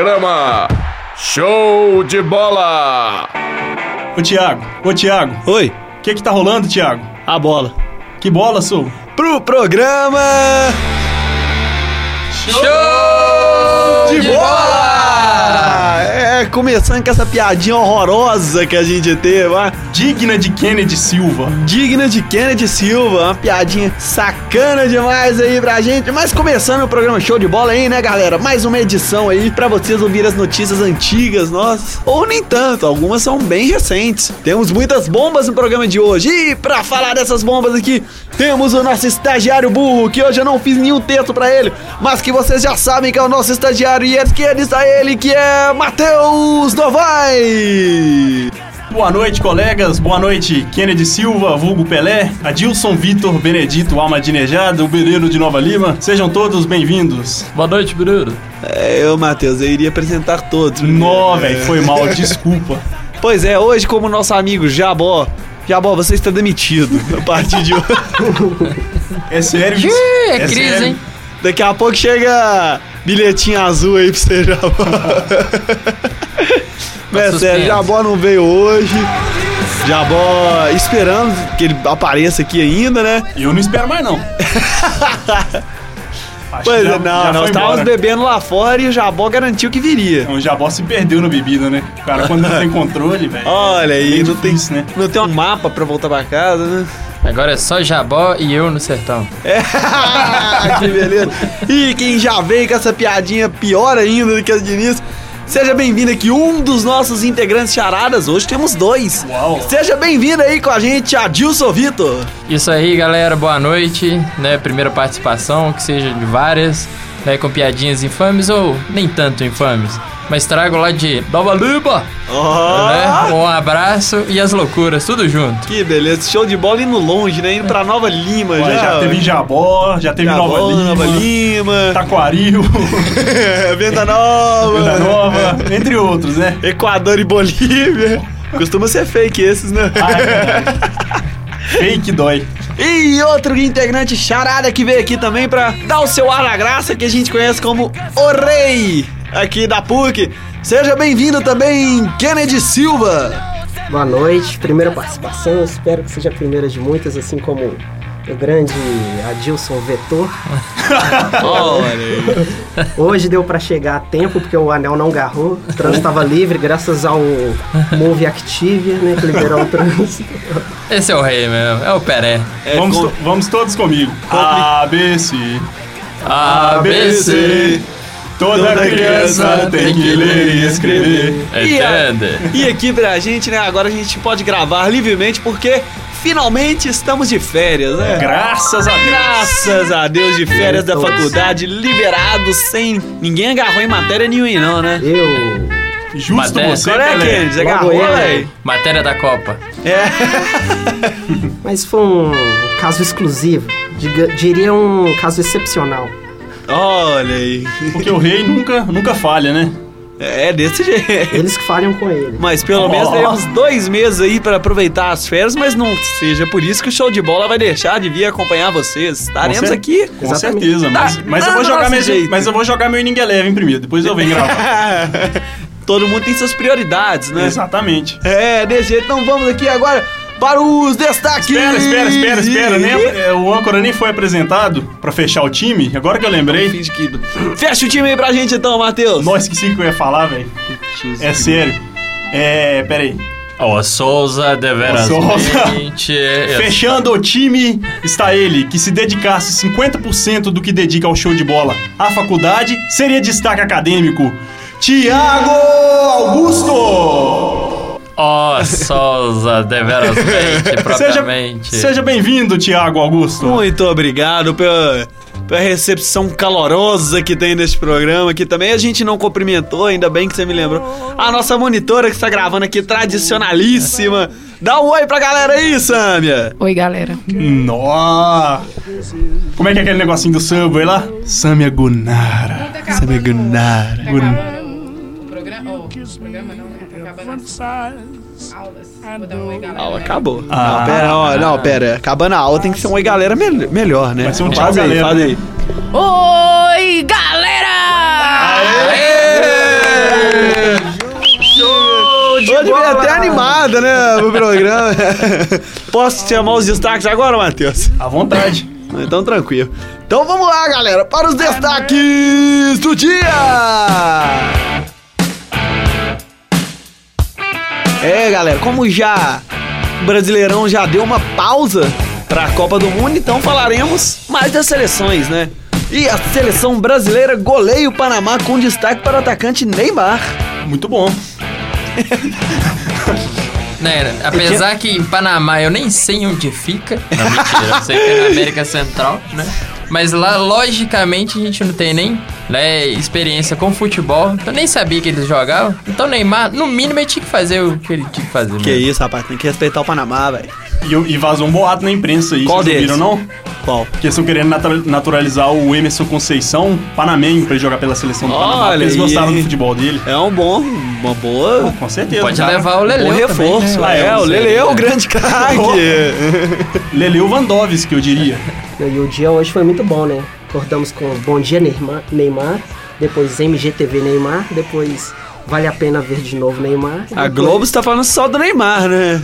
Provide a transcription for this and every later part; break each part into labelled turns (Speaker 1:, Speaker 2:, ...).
Speaker 1: programa Show de Bola.
Speaker 2: Ô Thiago, ô Thiago,
Speaker 3: Oi,
Speaker 2: o que que tá rolando, Thiago?
Speaker 3: a bola.
Speaker 2: Que bola, sou?
Speaker 3: Pro programa.
Speaker 1: Show de
Speaker 3: Ah, é, começando com essa piadinha horrorosa que a gente teve, ó.
Speaker 2: Digna de Kennedy Silva.
Speaker 3: Digna de Kennedy Silva, uma piadinha sacana demais aí pra gente. Mas começando o programa Show de Bola aí, né, galera? Mais uma edição aí pra vocês ouvirem as notícias antigas nossas. Ou nem tanto, algumas são bem recentes. Temos muitas bombas no programa de hoje. E pra falar dessas bombas aqui, temos o nosso estagiário burro, que hoje eu não fiz nenhum texto pra ele, mas que vocês já sabem que é o nosso estagiário e esquerda está ele, que é Matheus Novaes.
Speaker 2: Boa noite, colegas. Boa noite, Kennedy Silva, vulgo Pelé, Adilson Vitor Benedito Almadinejada, o Beleiro de Nova Lima. Sejam todos bem-vindos.
Speaker 4: Boa noite, Bruno.
Speaker 3: É, eu, Matheus, eu iria apresentar todos. É.
Speaker 2: Nó, velho, foi mal, desculpa.
Speaker 3: Pois é, hoje, como nosso amigo Jabó. Jabó, você está demitido a partir de hoje.
Speaker 2: É sério, bicho?
Speaker 4: É, crise,
Speaker 2: sério.
Speaker 4: hein?
Speaker 3: Daqui a pouco chega bilhetinho azul aí pra você, Jabó. Mas é sério,
Speaker 4: suspenso.
Speaker 3: Jabó não veio hoje. Jabó, esperando que ele apareça aqui ainda, né?
Speaker 2: Eu não espero mais, não. Acho
Speaker 3: Pois
Speaker 2: que
Speaker 3: é, não, nós
Speaker 2: foi
Speaker 3: estávamos
Speaker 2: embora.
Speaker 3: bebendo lá fora e o Jabó garantiu que viria.
Speaker 2: O Jabó se perdeu na bebida, né? O cara, quando não tem controle, velho.
Speaker 3: Olha aí,
Speaker 2: é
Speaker 3: não tem,
Speaker 2: difícil, né?
Speaker 3: não tem um mapa pra voltar pra casa, né?
Speaker 4: Agora é só Jabó e eu no sertão.
Speaker 3: Ah, que beleza. E quem já veio com essa piadinha pior ainda do que a de início, seja bem-vindo aqui, um dos nossos integrantes charadas. Hoje temos dois.
Speaker 2: Uau.
Speaker 3: Seja bem-vindo aí com a gente, Adilson Vitor.
Speaker 4: Isso aí, galera, boa noite. Né, primeira participação, que seja de várias, né, com piadinhas infames ou nem tanto infames. Mas trago lá de Nova Lima,
Speaker 2: É, Ah!
Speaker 4: né? Um abraço e as loucuras, tudo junto.
Speaker 3: Que beleza, show de bola indo longe, né? Indo pra Nova Lima
Speaker 2: Olha,
Speaker 3: já.
Speaker 2: já, teve em Jabó, já teve em Nova,
Speaker 3: Nova,
Speaker 2: Lima,
Speaker 3: Nova Lima,
Speaker 2: Taquaril,
Speaker 3: Venda Nova,
Speaker 2: Venda Nova, entre outros, né?
Speaker 3: Equador e Bolívia. Costuma ser fake esses, né?
Speaker 2: Ah, é verdade. Fake dói.
Speaker 3: E outro integrante charada que veio aqui também pra dar o seu ar na graça, que a gente conhece como o Rei, aqui da PUC. Seja bem-vindo também, Kennedy Silva.
Speaker 5: Boa noite, primeira participação, espero que seja a primeira de muitas, assim como o grande Adilson Vetor.
Speaker 3: Olha
Speaker 5: Hoje deu pra chegar a tempo, porque o anel não garrou, o trânsito estava livre, graças ao Move Activia, né, que liberou o trânsito.
Speaker 4: Esse é o rei mesmo, é o Peré.
Speaker 2: vamos, to- vamos todos comigo. A, B, C.
Speaker 4: ABC,
Speaker 2: Toda,
Speaker 3: Toda
Speaker 2: criança
Speaker 3: criança
Speaker 2: tem que ler e escrever.
Speaker 4: É entende?
Speaker 3: E aqui pra gente, né, agora a gente pode gravar livremente porque finalmente estamos de férias, né?
Speaker 2: Graças a Deus.
Speaker 3: Graças a Deus, de férias da faculdade, liberados, sem... Ninguém agarrou em matéria nenhuma, não, né?
Speaker 5: Eu,
Speaker 2: Justo
Speaker 4: Matéria.
Speaker 2: você,
Speaker 3: Qual é,
Speaker 2: Pelé.
Speaker 3: Kennedy? Agarrou, né?
Speaker 5: Logo eu,
Speaker 2: né?
Speaker 3: velho?
Speaker 4: Matéria da Copa.
Speaker 3: É.
Speaker 5: mas foi um caso exclusivo, diga- diria um caso excepcional.
Speaker 3: Olha aí.
Speaker 2: Porque o rei nunca, nunca falha, né?
Speaker 3: É desse jeito.
Speaker 5: Eles que falham com ele.
Speaker 3: Mas pelo
Speaker 2: Ó.
Speaker 3: menos teremos dois meses aí pra aproveitar as férias, mas não seja por isso que o show de bola vai deixar de vir acompanhar vocês. Estaremos
Speaker 2: cer-
Speaker 3: aqui.
Speaker 2: Com certeza, mas,
Speaker 3: Tá,
Speaker 2: mas, eu
Speaker 3: tá
Speaker 2: vou
Speaker 3: do
Speaker 2: jogar
Speaker 3: nosso
Speaker 2: meu,
Speaker 3: jeito.
Speaker 2: mas eu vou jogar meu Ninguém Eleven primeiro, depois eu venho gravar.
Speaker 3: Todo mundo tem suas prioridades, né?
Speaker 2: Exatamente.
Speaker 3: É, desse jeito. Então vamos aqui agora para os destaques.
Speaker 2: Espera, espera, espera, espera, né? É, O âncora nem foi apresentado pra fechar o time, agora que eu lembrei.
Speaker 3: Finge que- Fecha o time aí pra gente então, Matheus.
Speaker 2: Nossa, esqueci o que eu ia falar, velho. É sério. É, peraí.
Speaker 4: Ó, Souza, deveras.
Speaker 2: Souza.
Speaker 3: É.
Speaker 2: Fechando o time está ele, que se dedicasse 50% do que dedica ao show de bola à faculdade, seria destaque acadêmico. Tiago Augusto!
Speaker 4: Ó, Souza, deveras
Speaker 2: Seja,
Speaker 4: propriamente.
Speaker 2: seja bem-vindo, Tiago Augusto.
Speaker 3: Muito obrigado pela, pela recepção calorosa que tem nesse programa aqui também. A gente não cumprimentou, ainda bem que você me lembrou. A nossa monitora que está gravando aqui, tradicionalíssima. Dá um oi pra galera aí, Sâmia.
Speaker 6: Oi, galera.
Speaker 2: Nó! Como é que é aquele negocinho do Subway lá? Samia Gunara. Samia
Speaker 6: Tá
Speaker 2: Gunara. Gun-
Speaker 6: Programa, oh, programa não, né? Tá acabando as aulas. Vou dar um oi, galera.
Speaker 3: Aula acabou.
Speaker 2: Ah.
Speaker 3: não, pera, ó, não, pera. Acabando a aula tem que ser um oi galera mel- melhor, né?
Speaker 2: Vai ser um tchau,
Speaker 3: faz aí,
Speaker 2: galera.
Speaker 3: faz aí.
Speaker 6: Oi, galera!
Speaker 3: Ê! é até animada, né? O programa. Posso chamar os destaques agora, Matheus?
Speaker 2: À vontade.
Speaker 3: Então, tranquilo. Então vamos lá, galera, para os destaques do dia! É, galera, como já o Brasileirão já deu uma pausa para a Copa do Mundo, então falaremos mais das seleções, né? E a seleção brasileira goleia o Panamá com destaque para o atacante Neymar.
Speaker 2: Muito bom.
Speaker 4: Né, apesar que em Panamá eu nem sei onde fica. Não, mentira, eu sei que é na América Central, né? Mas lá, logicamente, a gente não tem nem né, experiência com futebol. Eu nem sabia que eles jogavam. Então Neymar, no mínimo, ele tinha que fazer o que ele tinha que fazer.
Speaker 3: Que
Speaker 4: mesmo.
Speaker 3: isso, rapaz, tem que respeitar o Panamá, velho.
Speaker 2: E, eu- e vazou um boato na imprensa aí.
Speaker 3: Qual
Speaker 2: vocês
Speaker 3: deles?
Speaker 2: não viram, não?
Speaker 3: Qual?
Speaker 2: Porque eles estão querendo nata- naturalizar o Emerson Conceição, panamenho, pra ele jogar pela seleção do Panamá.
Speaker 3: Olha
Speaker 2: Porque eles
Speaker 3: aí.
Speaker 2: gostavam do futebol dele.
Speaker 3: É um bom, uma boa. um
Speaker 2: Com certeza. Tá?
Speaker 4: Pode
Speaker 2: cara.
Speaker 4: levar o Leleu
Speaker 3: Bom reforço.
Speaker 4: também, né?
Speaker 3: é, o Lele é o grande craque.
Speaker 2: Leleu Vandovski, eu diria.
Speaker 5: E o dia hoje foi muito bom, né? Acordamos com Bom Dia Neymar, Neymar depois MGTV Neymar, depois Vale a Pena Ver de Novo Neymar.
Speaker 3: A
Speaker 5: depois-
Speaker 3: Globo está falando só do Neymar, né?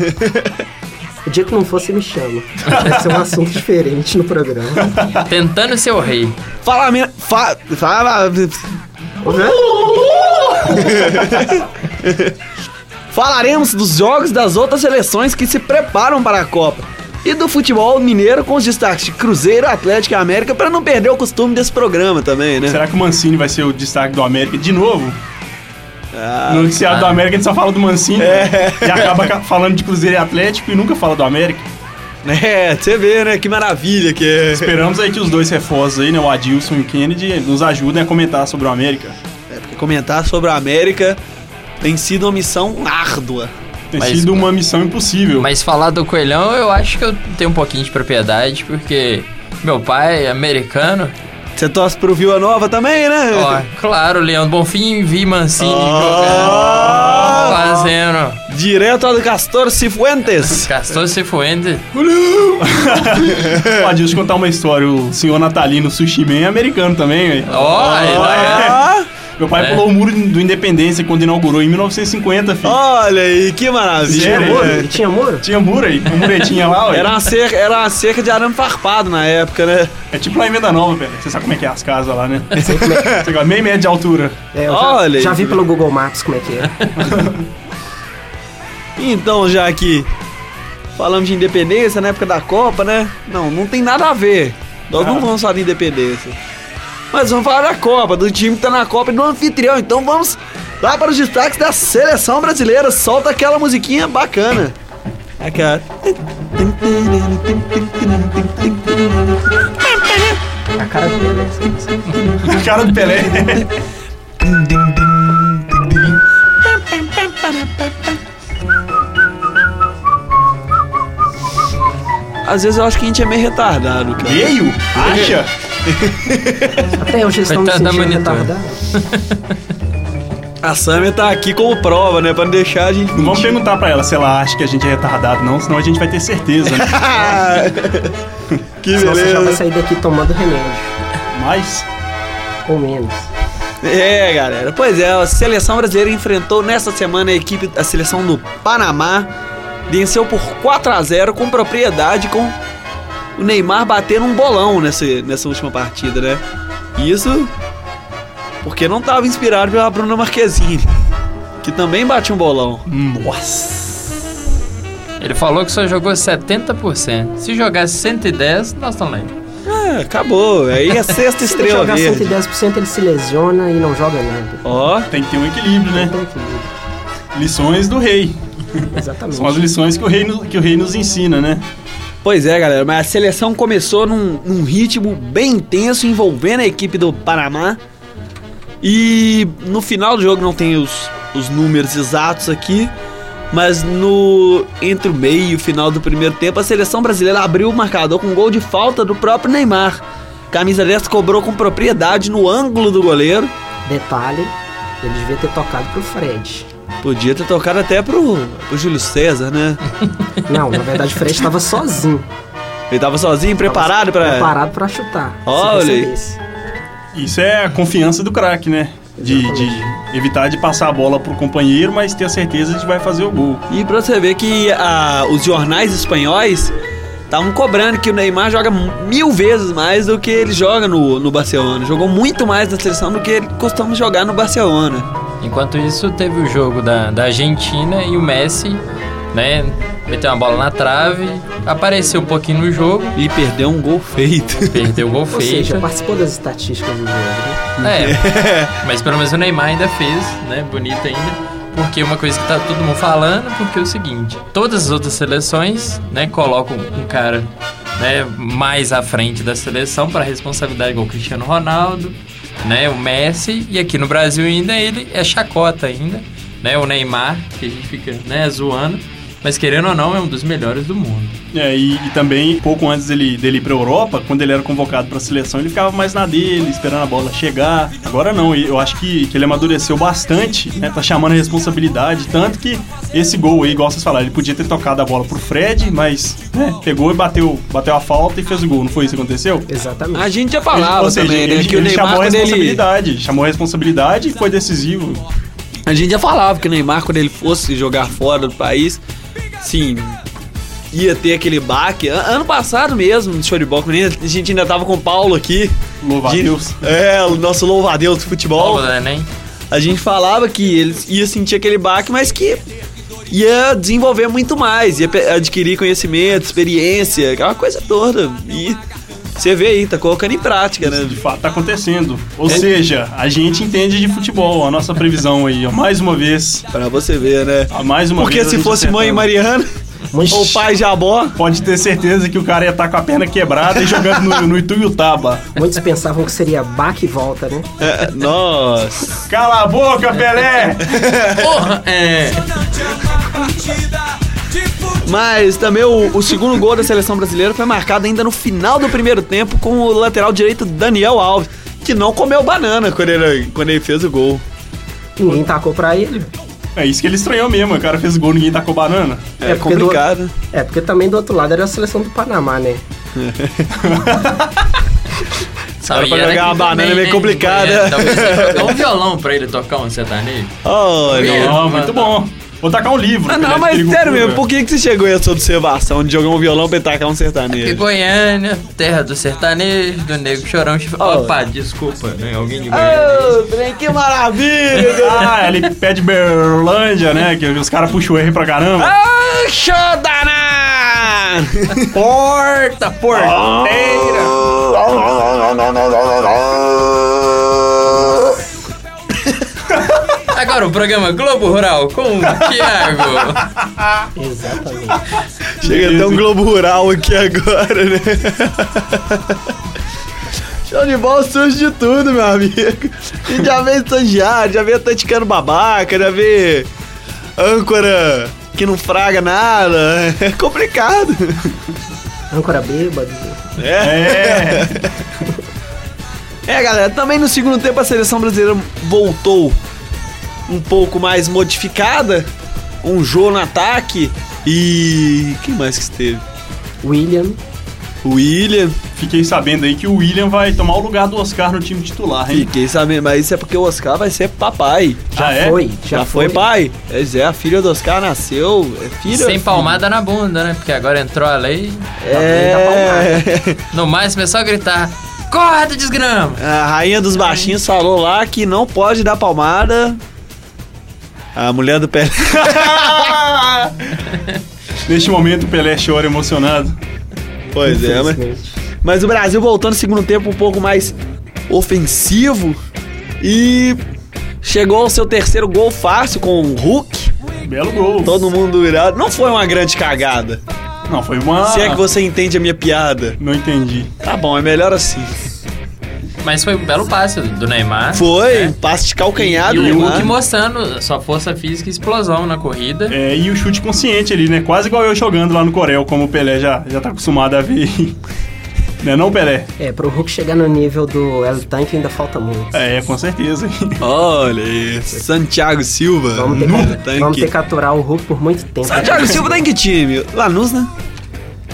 Speaker 5: O dia que não for, você me chama. Vai ser um assunto diferente no programa.
Speaker 4: Tentando ser o rei.
Speaker 3: Fala, minha. Fa, fala. né? Falaremos dos jogos das outras seleções que se preparam para a Copa. E do futebol mineiro com os destaques de Cruzeiro, Atlético e América, para não perder o costume desse programa também, né?
Speaker 2: Será que o Mancini vai ser o destaque do América de novo? no noticiário do América ele só fala do Mancini né? e acaba ca- falando de Cruzeiro e Atlético e nunca fala do América.
Speaker 3: É, você vê, né? Que maravilha que é.
Speaker 2: Esperamos aí que os dois reforços aí, né, o Adilson e o Kennedy, nos ajudem a comentar sobre o América.
Speaker 3: É, porque comentar sobre a América tem sido uma missão árdua.
Speaker 2: Tem
Speaker 4: Mas-
Speaker 2: sido uma missão impossível.
Speaker 4: Mas falar do coelhão, eu acho que eu tenho um pouquinho de propriedade, porque meu pai, é americano,
Speaker 3: Você torce pro Vila Nova também, né?
Speaker 4: ó, claro, Leandro Bonfim, Vi Mancini jogando, fazendo.
Speaker 3: Direto ao Castor Cifuentes.
Speaker 4: Castor Cifuentes,
Speaker 2: O Adilson contar uma história, o senhor Natalino Sushi Man é americano também, velho.
Speaker 4: ó, aí, tá
Speaker 3: Ah,
Speaker 2: Meu pai
Speaker 4: É.
Speaker 2: pulou o muro do Independência quando inaugurou em 1950, filho.
Speaker 3: olha aí, que maravilha.
Speaker 5: Tinha
Speaker 2: Sério?
Speaker 5: muro? E Tinha muro?
Speaker 2: Tinha muro aí, uma muretinha lá, ó.
Speaker 3: Era uma, cerca, era uma cerca de arame farpado na época, né?
Speaker 2: É tipo lá em Venda Nova, velho. Você sabe como é que é as casas lá, né?
Speaker 5: Sei como é que-
Speaker 2: Você gosta meio metro de altura.
Speaker 5: É, eu já,
Speaker 3: Olha
Speaker 5: já
Speaker 3: aí.
Speaker 5: vi pelo Google Maps como é que é.
Speaker 3: Então, já que falamos de independência na época da Copa, né? Não, não tem nada a ver. Nós não vamos falar de independência. Mas vamos falar da Copa, do time que tá na Copa e do anfitrião. Então vamos lá para os destaques da seleção brasileira. Solta aquela musiquinha bacana. Aquela.
Speaker 5: A cara dele, né?
Speaker 2: A cara do Pelé.
Speaker 3: Às vezes eu acho que a gente é meio retardado, cara.
Speaker 2: Veio? Acha?
Speaker 5: Até hoje eles estão me
Speaker 3: tá-
Speaker 4: Coitado
Speaker 5: tá
Speaker 4: da
Speaker 5: sentindo
Speaker 4: monitora.
Speaker 5: retardado.
Speaker 3: A Samia tá aqui como prova, né? Pra não deixar a gente.
Speaker 2: Não vamos perguntar pra ela se ela acha que a gente é retardado, não, senão a gente vai ter certeza, né?
Speaker 3: que
Speaker 5: Senão você já vai
Speaker 3: beleza.
Speaker 5: sair daqui tomando remédio.
Speaker 2: Mas.
Speaker 5: Ou menos.
Speaker 3: É, galera. Pois é, a seleção brasileira enfrentou nesta semana a equipe da seleção do Panamá. Venceu por 4 a 0 com propriedade, com o Neymar batendo um bolão nessa, nessa última partida, né? Isso porque não tava inspirado pela Bruna Marquezine, que também bate um bolão.
Speaker 4: Ele falou que só jogou 70%. Se jogasse 110, nós estamos lá.
Speaker 3: É, acabou. Aí é a sexta
Speaker 5: Se ele
Speaker 3: estrela
Speaker 5: jogar
Speaker 3: verde.
Speaker 5: 110%, ele se lesiona e não joga nada.
Speaker 3: Ó,
Speaker 2: Tem que ter um equilíbrio, né?
Speaker 5: Tem que-
Speaker 2: Lições do rei. São as
Speaker 5: Exatamente.
Speaker 2: lições que o rei, no- que o rei nos ensina, né?
Speaker 3: Pois é, galera, mas a seleção começou num, num ritmo bem intenso envolvendo a equipe do Panamá. E no final do jogo não tem os, os números exatos aqui, mas no entre o meio e o final do primeiro tempo, a seleção brasileira abriu o marcador com um gol de falta do próprio Neymar. Camisa 10 cobrou com propriedade no ângulo do goleiro.
Speaker 5: Detalhe, ele devia ter tocado pro Fred.
Speaker 3: Podia ter tocado até pro, pro Júlio César, né?
Speaker 5: Não, na verdade o Fred tava sozinho.
Speaker 3: Ele tava sozinho, preparado pra.
Speaker 5: Preparado pra chutar. se
Speaker 3: Olha aí.
Speaker 5: recebesse.
Speaker 2: Isso é a confiança do craque, né? de, de evitar de passar a bola pro companheiro, mas ter a certeza de vai fazer o gol.
Speaker 3: E pra você ver que ah, os jornais espanhóis estavam cobrando que o Neymar joga mil vezes mais do que ele joga no, no Barcelona. Jogou muito mais na seleção do que ele costuma jogar no Barcelona.
Speaker 4: Enquanto isso, teve o jogo da, da Argentina e o Messi, né? Meteu uma bola na trave, apareceu um pouquinho no jogo,
Speaker 3: E perdeu um gol feito.
Speaker 4: perdeu o gol
Speaker 5: Ou seja,
Speaker 4: feito.
Speaker 5: participou das estatísticas do jogo. né?
Speaker 4: É, mas pelo menos o Neymar ainda fez, né? Bonito ainda. Porque uma coisa que tá todo mundo falando, porque é o seguinte, todas as outras seleções, né, colocam um cara né, mais à frente da seleção para responsabilidade igual o Cristiano Ronaldo, né, o Messi, e aqui no Brasil ainda ele é chacota ainda, né, o Neymar, que a gente fica, né, zoando, mas querendo ou não, é um dos melhores do mundo.
Speaker 2: É, e, e também, pouco antes dele, dele ir pra Europa, quando ele era convocado pra seleção, ele ficava mais na dele, esperando a bola chegar. Agora não, e eu acho que, que ele amadureceu bastante, né? Tá chamando a responsabilidade. Tanto que esse gol aí, igual vocês falaram, ele podia ter tocado a bola pro Fred, mas né, pegou e bateu, bateu a falta e fez o gol. Não foi isso que aconteceu?
Speaker 5: Exatamente.
Speaker 3: A gente já falava
Speaker 2: Ou seja,
Speaker 3: também, né?
Speaker 2: ele,
Speaker 3: que o
Speaker 2: ele
Speaker 3: Neymar,
Speaker 2: chamou a
Speaker 3: quando ele,
Speaker 2: responsabilidade. Chamou a responsabilidade e foi decisivo.
Speaker 3: A gente já falava que o Neymar, quando ele fosse jogar fora do país, sim, ia ter aquele baque. An- Ano passado mesmo, no show de bola, quando a gente ainda tava com o Paulo aqui.
Speaker 2: Louvar a
Speaker 3: de-
Speaker 2: Deus.
Speaker 3: É, o nosso louvadeus do futebol.
Speaker 4: Paulo, né?
Speaker 3: A gente falava que ele ia sentir aquele baque, mas que ia desenvolver muito mais, ia pe- adquirir conhecimento, experiência, aquela coisa toda. E você vê aí, tá colocando em prática,
Speaker 2: Isso,
Speaker 3: né?
Speaker 2: de fato tá acontecendo. Ou seja, a gente entende de futebol, a nossa previsão aí, ó, mais uma vez.
Speaker 3: Pra você ver, né?
Speaker 2: ó, Mais uma
Speaker 3: Porque
Speaker 2: vez, a
Speaker 3: se
Speaker 2: gente
Speaker 3: fosse mãe
Speaker 2: acertando.
Speaker 3: Mariana ou pai Jabó,
Speaker 2: Pode ter certeza que o cara ia estar com a perna quebrada e jogando no, no Ituiutaba.
Speaker 5: Muitos pensavam que seria baque e volta, né?
Speaker 3: é, nossa.
Speaker 2: Cala a boca, Pelé!
Speaker 4: Porra! É.
Speaker 3: Mas também o, o segundo gol da seleção brasileira foi marcado ainda no final do primeiro tempo com o lateral direito Daniel Alves, que não comeu banana quando ele, quando ele fez o gol.
Speaker 5: Ninguém tacou pra ele.
Speaker 2: É isso que ele estranhou mesmo, o cara fez gol, ninguém tacou banana.
Speaker 3: É,
Speaker 5: É, porque do-
Speaker 3: complicado.
Speaker 5: É, porque também do outro lado era a seleção do Panamá, né?
Speaker 4: Sabe,
Speaker 3: pra
Speaker 4: e era
Speaker 3: jogar uma
Speaker 4: aqui
Speaker 3: banana
Speaker 4: também,
Speaker 3: é meio
Speaker 4: né?
Speaker 3: complicado, né?
Speaker 4: É, talvez você tocar um violão pra ele tocar um sertanejo.
Speaker 3: Olha.
Speaker 2: Não, muito bom. Vou tacar um livro.
Speaker 3: Ah,
Speaker 2: Pelé,
Speaker 3: não,
Speaker 2: de né?
Speaker 3: mas
Speaker 2: perigo
Speaker 3: sério
Speaker 2: puro.
Speaker 3: mesmo, por que, que você chegou a essa observação de jogar um violão pra tacar um
Speaker 4: Que
Speaker 3: sertanejo?
Speaker 4: Goiânia, terra do sertanejo, do negro chorão. chif-
Speaker 3: Oh.
Speaker 4: Opa, desculpa, né? Alguém de Goiânia.
Speaker 3: Ô, trem, que maravilha! né?
Speaker 2: Ah, ele pede Berlândia, né? Que os caras puxam o R pra caramba.
Speaker 3: Ah! Ancho danado! Porta, porteira!
Speaker 4: Agora o programa Globo Rural com o Thiago.
Speaker 5: Exatamente.
Speaker 3: Chega até um globo rural aqui agora, né? Show de bola surge de tudo, meu amigo. A gente já vê estagiário, já vê taticando babaca, já vê âncora que não fraga nada. É complicado.
Speaker 5: Âncora bêbado.
Speaker 2: É.
Speaker 3: É, galera, também no segundo tempo a seleção brasileira voltou um pouco mais modificada. Um Jô no ataque e. Quem mais que esteve?
Speaker 5: William.
Speaker 3: O William.
Speaker 2: Fiquei sabendo aí que o William vai tomar o lugar do Oscar no time titular, hein?
Speaker 3: Fiquei sabendo, mas isso é porque o Oscar vai ser papai.
Speaker 2: Já
Speaker 5: Já
Speaker 2: é?
Speaker 5: foi.
Speaker 3: Já, foi, pai? Pois é, a filha do Oscar nasceu. É filha.
Speaker 4: Sem palmada na bunda, né? Porque agora entrou a lei.
Speaker 3: É.
Speaker 4: No máximo é só gritar: Corre do desgrama!
Speaker 3: A rainha dos baixinhos falou lá que não pode dar palmada. A mulher do pé.
Speaker 2: Neste momento o Pelé chora emocionado.
Speaker 3: pois é, mas.
Speaker 5: Infelizmente.
Speaker 3: Mas o Brasil voltando no segundo tempo um pouco mais ofensivo e chegou ao seu terceiro gol fácil com o Hulk.
Speaker 2: Belo gol.
Speaker 3: Todo mundo irado. Não foi uma grande cagada.
Speaker 2: Não, foi uma.
Speaker 3: Se é que você entende a minha piada.
Speaker 2: Não entendi.
Speaker 3: Tá bom, é melhor assim.
Speaker 4: Mas foi um belo passe do Neymar.
Speaker 3: Foi, um passe de calcanhar
Speaker 4: E
Speaker 3: do
Speaker 4: o
Speaker 3: Neymar.
Speaker 4: Hulk mostrando sua força física e explosão na corrida.
Speaker 2: É, e o chute consciente ali, né? Quase igual eu jogando lá no Corel, como o Pelé já, já tá acostumado a ver. né não, Pelé?
Speaker 5: É, pro Hulk chegar no nível do El Tanque ainda falta muito.
Speaker 2: É, com certeza.
Speaker 3: Olha isso, Santiago Silva.
Speaker 5: Vamos ter,
Speaker 3: no
Speaker 5: que, vamos ter
Speaker 3: tanque.
Speaker 5: que aturar o Hulk por muito tempo.
Speaker 3: Santiago Silva tá em que time? Lanús, né?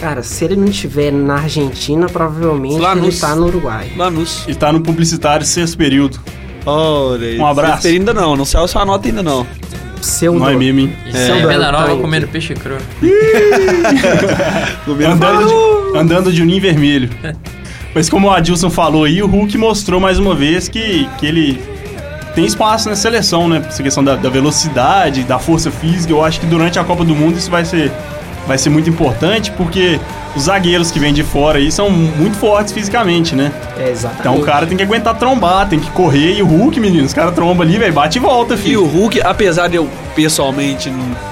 Speaker 5: Cara, se ele não estiver na Argentina, provavelmente
Speaker 3: Lanús.
Speaker 5: ele tá no Uruguai.
Speaker 3: Lanús.
Speaker 2: e tá no publicitário sexto período.
Speaker 3: Olha,
Speaker 2: Um abraço.
Speaker 3: vocês terem Ainda não, não saiu sua nota ainda não.
Speaker 5: Pseudo.
Speaker 2: Não é meme, hein?
Speaker 4: Isso aí,
Speaker 5: Samba,
Speaker 4: Venda
Speaker 5: tá
Speaker 4: Nova
Speaker 5: aí.
Speaker 4: comendo peixe cru.
Speaker 2: Andando de, andando de unim vermelho. Mas como o Adilson falou aí, o Hulk mostrou mais uma vez que, que ele tem espaço na seleção, né? Essa questão da, da velocidade, da força física. Eu acho que durante a Copa do Mundo isso vai ser, vai ser muito importante, porque os zagueiros que vêm de fora aí são muito fortes fisicamente, né?
Speaker 5: É, exatamente.
Speaker 2: Então o cara tem que aguentar trombar, tem que correr. E o Hulk, menino, os caras tromba ali, velho, bate e volta,
Speaker 3: E
Speaker 2: filho.
Speaker 3: o Hulk, apesar de eu pessoalmente não.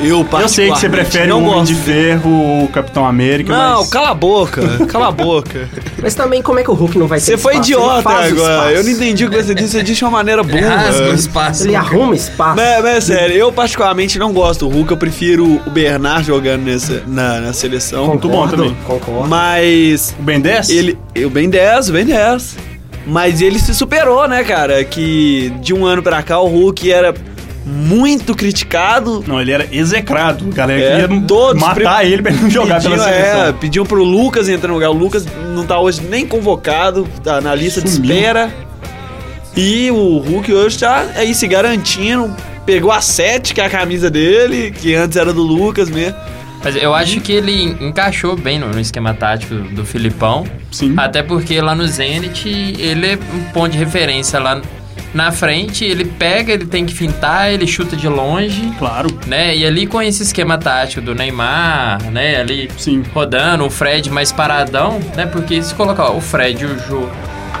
Speaker 3: Eu
Speaker 2: Eu sei que você
Speaker 3: particularmente,
Speaker 2: prefere o
Speaker 3: não
Speaker 2: Homem
Speaker 3: gosto
Speaker 2: de
Speaker 3: dele.
Speaker 2: Ferro ou o Capitão América,
Speaker 3: Não,
Speaker 2: mas...
Speaker 3: cala a boca, cala a boca.
Speaker 5: Mas também, como é que o Hulk não vai ter
Speaker 3: Você foi
Speaker 5: espaço? Ele
Speaker 3: idiota
Speaker 5: faz
Speaker 3: agora.
Speaker 5: espaço.
Speaker 3: Eu não entendi o que você disse, você disse de uma maneira
Speaker 4: Ele rasga o
Speaker 3: burra.
Speaker 4: espaço.
Speaker 5: Ele arruma espaço.
Speaker 3: Mas, mas sério, eu particularmente não gosto do Hulk, eu prefiro o Bernard jogando nessa, na, na seleção.
Speaker 2: Muito bom também.
Speaker 5: Concordo.
Speaker 3: Mas
Speaker 2: O Ben 10?
Speaker 3: ele. Eu bem 10, bem 10. Mas ele se superou, né, cara? Que de um ano pra cá o Hulk era muito criticado.
Speaker 2: Não, ele era execrado. A galera
Speaker 3: É,
Speaker 2: queria
Speaker 3: todos
Speaker 2: matar ele pra ele não jogar pela
Speaker 3: pediam,
Speaker 2: seleção.
Speaker 3: é, pediam pro Lucas entrar no lugar. O Lucas não tá hoje nem convocado, tá na lista de
Speaker 2: Sumiu.
Speaker 3: espera. E o Hulk hoje tá aí se garantindo. Pegou a 7, que é a camisa dele, que antes era do Lucas mesmo.
Speaker 4: Mas eu acho que ele encaixou bem no, no esquema tático do Filipão.
Speaker 2: Sim.
Speaker 4: Até porque lá no Zenit ele é um ponto de referência lá na frente. Ele pega, ele tem que fintar, ele chuta de longe.
Speaker 2: Claro.
Speaker 4: Né? E ali com esse esquema tático do Neymar, né? Ali
Speaker 2: Sim.
Speaker 4: rodando, o Fred mais paradão, né? Porque se colocar o Fred e o Jô,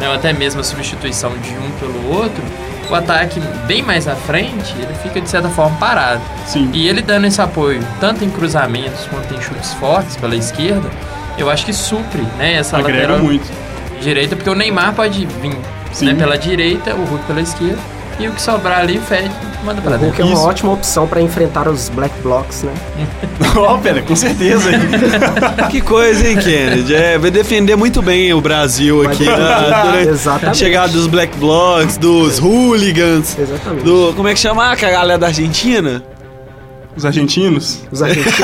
Speaker 4: né, ou até mesmo a substituição de um pelo outro, o ataque bem mais à frente, ele fica de certa forma parado.
Speaker 2: Sim.
Speaker 4: E ele dando esse apoio, tanto em cruzamentos quanto em chutes fortes pela esquerda, eu acho que supre, né? Essa
Speaker 2: Agrega
Speaker 4: lateral
Speaker 2: muito.
Speaker 4: direita, porque o Neymar pode vir
Speaker 2: Sim.
Speaker 4: né, pela direita, o Hulk pela esquerda, e o que sobrar ali, o Fred manda pra
Speaker 5: O Hulk
Speaker 4: dentro.
Speaker 5: é uma
Speaker 2: Isso.
Speaker 5: ótima opção pra enfrentar os Black Blocks, né?
Speaker 2: Ó, pera, com certeza.
Speaker 5: Tá.
Speaker 3: Que coisa, hein, Kennedy? É, vai defender muito bem o Brasil aqui na, durante a
Speaker 5: Exatamente.
Speaker 3: chegada dos Black Blocs, dos Hooligans,
Speaker 5: Exatamente.
Speaker 3: do. Como é que chama a galera da Argentina?
Speaker 2: Os argentinos.
Speaker 5: Os argentinos.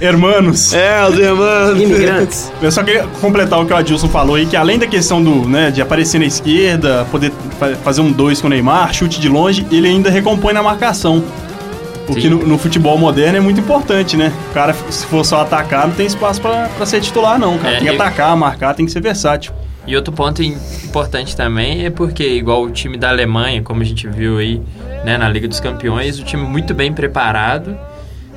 Speaker 2: Hermanos.
Speaker 3: É, os irmãos.
Speaker 5: imigrantes.
Speaker 2: Eu só queria completar o que o Adilson falou aí, que além da questão do, né, de aparecer na esquerda, poder fa- fazer um 2 com o Neymar, chute de longe, ele ainda recompõe na marcação. O que
Speaker 4: Sim.
Speaker 2: no, no futebol moderno é muito importante, né? O cara, se for só atacar, não tem espaço pra, pra ser titular, não, cara.
Speaker 4: É,
Speaker 2: tem que
Speaker 4: e-
Speaker 2: atacar, marcar, tem que ser versátil.
Speaker 4: E outro ponto im- importante também é porque, igual o time da Alemanha, como a gente viu aí né, na Liga dos Campeões, o time muito bem preparado,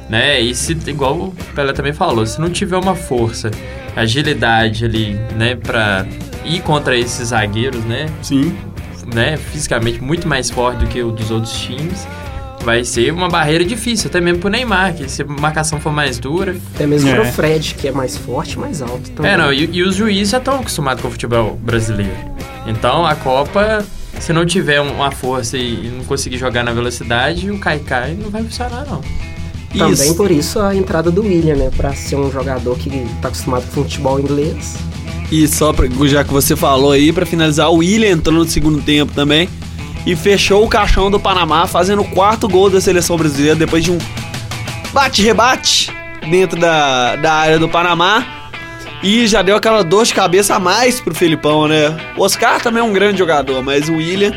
Speaker 4: né? E se, igual o Pelé também falou, se não tiver uma força, agilidade ali, né, pra ir contra esses zagueiros, né,
Speaker 2: Sim.
Speaker 4: né, fisicamente muito mais forte do que o dos outros times, vai ser uma barreira difícil, até mesmo pro Neymar, que se a marcação for mais dura,
Speaker 5: Até mesmo
Speaker 2: É.
Speaker 5: pro Fred, que é mais forte, mais alto também.
Speaker 4: é, não, e, e os juízes já estão acostumados com o futebol brasileiro. Então a Copa, se não tiver um- uma força e, e não conseguir jogar na velocidade, o Kaikai não vai funcionar, não.
Speaker 5: Também
Speaker 3: Isso.
Speaker 5: por isso a entrada do William, né? Pra ser um jogador que tá acostumado com futebol inglês.
Speaker 3: E só pra, já que você falou aí, pra finalizar, o Willian entrou no segundo tempo também e fechou o caixão do Panamá, fazendo o quarto gol da seleção brasileira depois de um bate-rebate dentro da, da área do Panamá. E já deu aquela dor de cabeça a mais pro Felipão, né? O Oscar também é um grande jogador, mas o William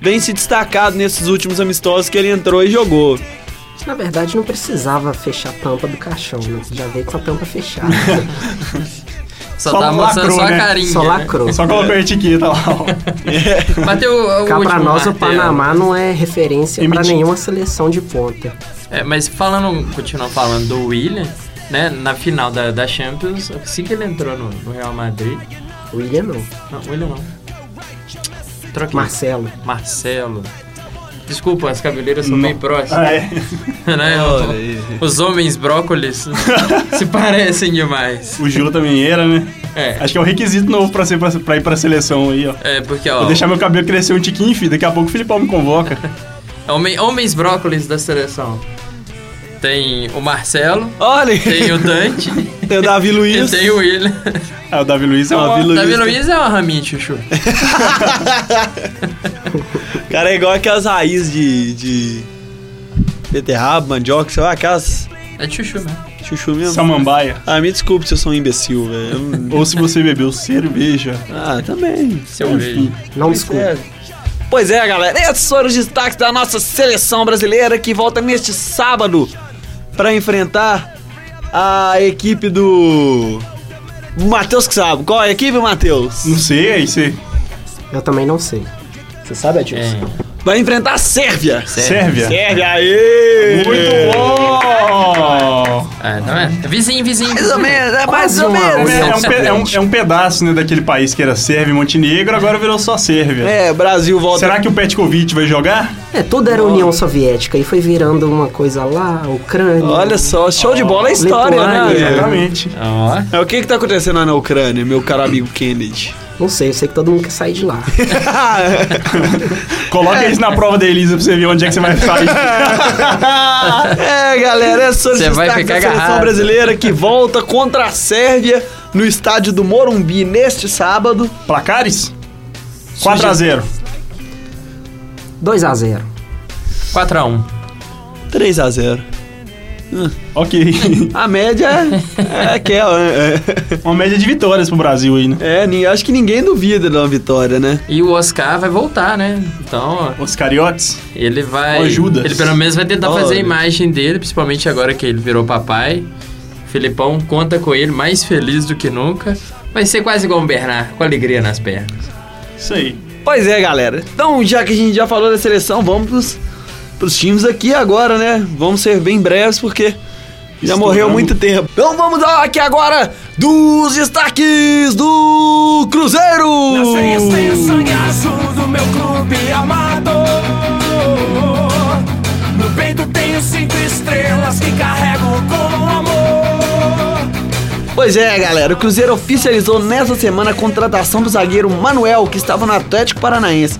Speaker 3: vem se destacado nesses últimos amistosos que ele entrou e jogou.
Speaker 5: Na verdade, não precisava fechar a tampa do caixão, né? Você já veio com a tampa fechada.
Speaker 4: Só,
Speaker 2: Só
Speaker 4: tá mostrando
Speaker 2: lacrou,
Speaker 4: só
Speaker 2: né?
Speaker 4: a carinha.
Speaker 5: Só
Speaker 4: né?
Speaker 5: lacrou.
Speaker 2: Só colocou a etiqueta tá lá, ó.
Speaker 4: Bateu o, o
Speaker 5: Cá pra
Speaker 4: último
Speaker 5: nós, o
Speaker 4: martelo.
Speaker 5: Panamá não é referência pra
Speaker 2: Emitido.
Speaker 5: nenhuma seleção de ponta.
Speaker 4: É, mas falando, continuando falando do William, né, na final da, da Champions, assim que ele entrou no, no Real Madrid...
Speaker 5: O William não.
Speaker 4: Não, William não. Troquei.
Speaker 5: Marcelo.
Speaker 4: Marcelo. Desculpa, as cabeleiras são bem próximas.
Speaker 2: Ah, é.
Speaker 4: né?
Speaker 3: Olha aí.
Speaker 4: Os homens brócolis se parecem demais.
Speaker 2: O Júlio também era, né?
Speaker 4: É,
Speaker 2: Acho que é um requisito novo pra, ser, pra, pra ir pra seleção aí, ó.
Speaker 4: é porque, ó,
Speaker 2: Vou deixar meu cabelo crescer um tiquinho, filho. Daqui a pouco o Filipão me convoca.
Speaker 4: homem- homens brócolis da seleção. Tem o Marcelo,
Speaker 3: Olha,
Speaker 4: tem o Dante
Speaker 3: tem o Davi
Speaker 4: e
Speaker 3: Luiz.
Speaker 4: tem o William.
Speaker 2: Ah, o Davi Luiz é uma...
Speaker 3: Davi Luiz.
Speaker 4: Davi Luiz é uma raminha de chuchu.
Speaker 3: Cara, é igual aquelas raízes de. de... Beterraba, mandioca, sei lá, aquelas.
Speaker 4: É de chuchu mesmo.
Speaker 3: Chuchu mesmo.
Speaker 2: Samambaia.
Speaker 3: Ah, me desculpe se eu sou um imbecil, velho. Eu não-
Speaker 2: Ou se você bebeu cerveja.
Speaker 3: Ah, também.
Speaker 2: É.
Speaker 4: Seu beijo.
Speaker 5: Não desculpa.
Speaker 3: Pois é, galera, esses foram os destaques da nossa seleção brasileira que volta neste sábado pra enfrentar a equipe do. O Matheus que sabe. Qual é a equipe,
Speaker 2: Não
Speaker 3: Matheus?
Speaker 2: sei, aí você.
Speaker 5: Eu também não sei. Você sabe, Adilson?
Speaker 4: É.
Speaker 3: Vai enfrentar a Sérvia.
Speaker 2: Sérvia.
Speaker 3: Sérvia, aê!
Speaker 2: é? Muito bom!
Speaker 4: Ah, não é? Vizinho, vizinho.
Speaker 3: Mais ou menos, é mais ou
Speaker 2: É,
Speaker 3: menos.
Speaker 2: é um, pe- é um- é um pedaço né, daquele país que era Sérvia e Montenegro, agora virou só Sérvia.
Speaker 3: É, Brasil volta.
Speaker 2: Será que o Petkovic vai jogar?
Speaker 5: É, tudo era União Soviética e foi virando uma coisa lá, Ucrânia.
Speaker 3: Olha só, show de bola é história,
Speaker 5: Lituânia,
Speaker 3: né? velho?
Speaker 2: Exatamente.
Speaker 4: Ó,
Speaker 3: É, o que que tá acontecendo lá na Ucrânia, meu caro amigo Kennedy?
Speaker 5: Não sei, eu sei que todo mundo quer sair de lá.
Speaker 2: Coloca eles na prova da Elisa pra você ver onde é que você vai ficar.
Speaker 3: É, galera, esses são os
Speaker 4: Você vai
Speaker 3: destaques da
Speaker 4: ficar
Speaker 3: seleção
Speaker 4: agarrado.
Speaker 3: brasileira que volta contra a Sérvia no estádio do Morumbi neste sábado.
Speaker 2: Placares? 4x0.
Speaker 5: 2 a 0
Speaker 4: 4x1.
Speaker 3: 3 a 0
Speaker 2: Ok.
Speaker 3: A média é é aquela. né?
Speaker 2: Uma média de vitórias pro Brasil aí, né?
Speaker 3: É, ni- acho que ninguém duvida de uma vitória, né?
Speaker 4: E o Oscar vai voltar, né? Então,
Speaker 2: Os cariotes?
Speaker 4: ele vai.
Speaker 2: Ó, Judas.
Speaker 4: Ele pelo menos vai tentar
Speaker 3: Olha.
Speaker 4: fazer a imagem dele, principalmente agora que ele virou papai. Felipão conta com ele, mais feliz do que nunca. Vai ser quase igual um Bernard, com alegria nas pernas.
Speaker 2: Isso aí.
Speaker 3: Pois é, galera. Então, já que a gente já falou da seleção, vamos pros, pros times aqui agora, né? Vamos ser bem breves porque já
Speaker 2: Estouramos.
Speaker 3: morreu muito tempo. Então vamos lá aqui agora dos destaques do Cruzeiro!
Speaker 7: sangue azul do meu clube amado. No peito tenho cinco estrelas que carrego com amor.
Speaker 3: Pois é, galera, o Cruzeiro oficializou nessa semana a contratação do zagueiro Manuel, que estava no Atlético Paranaense.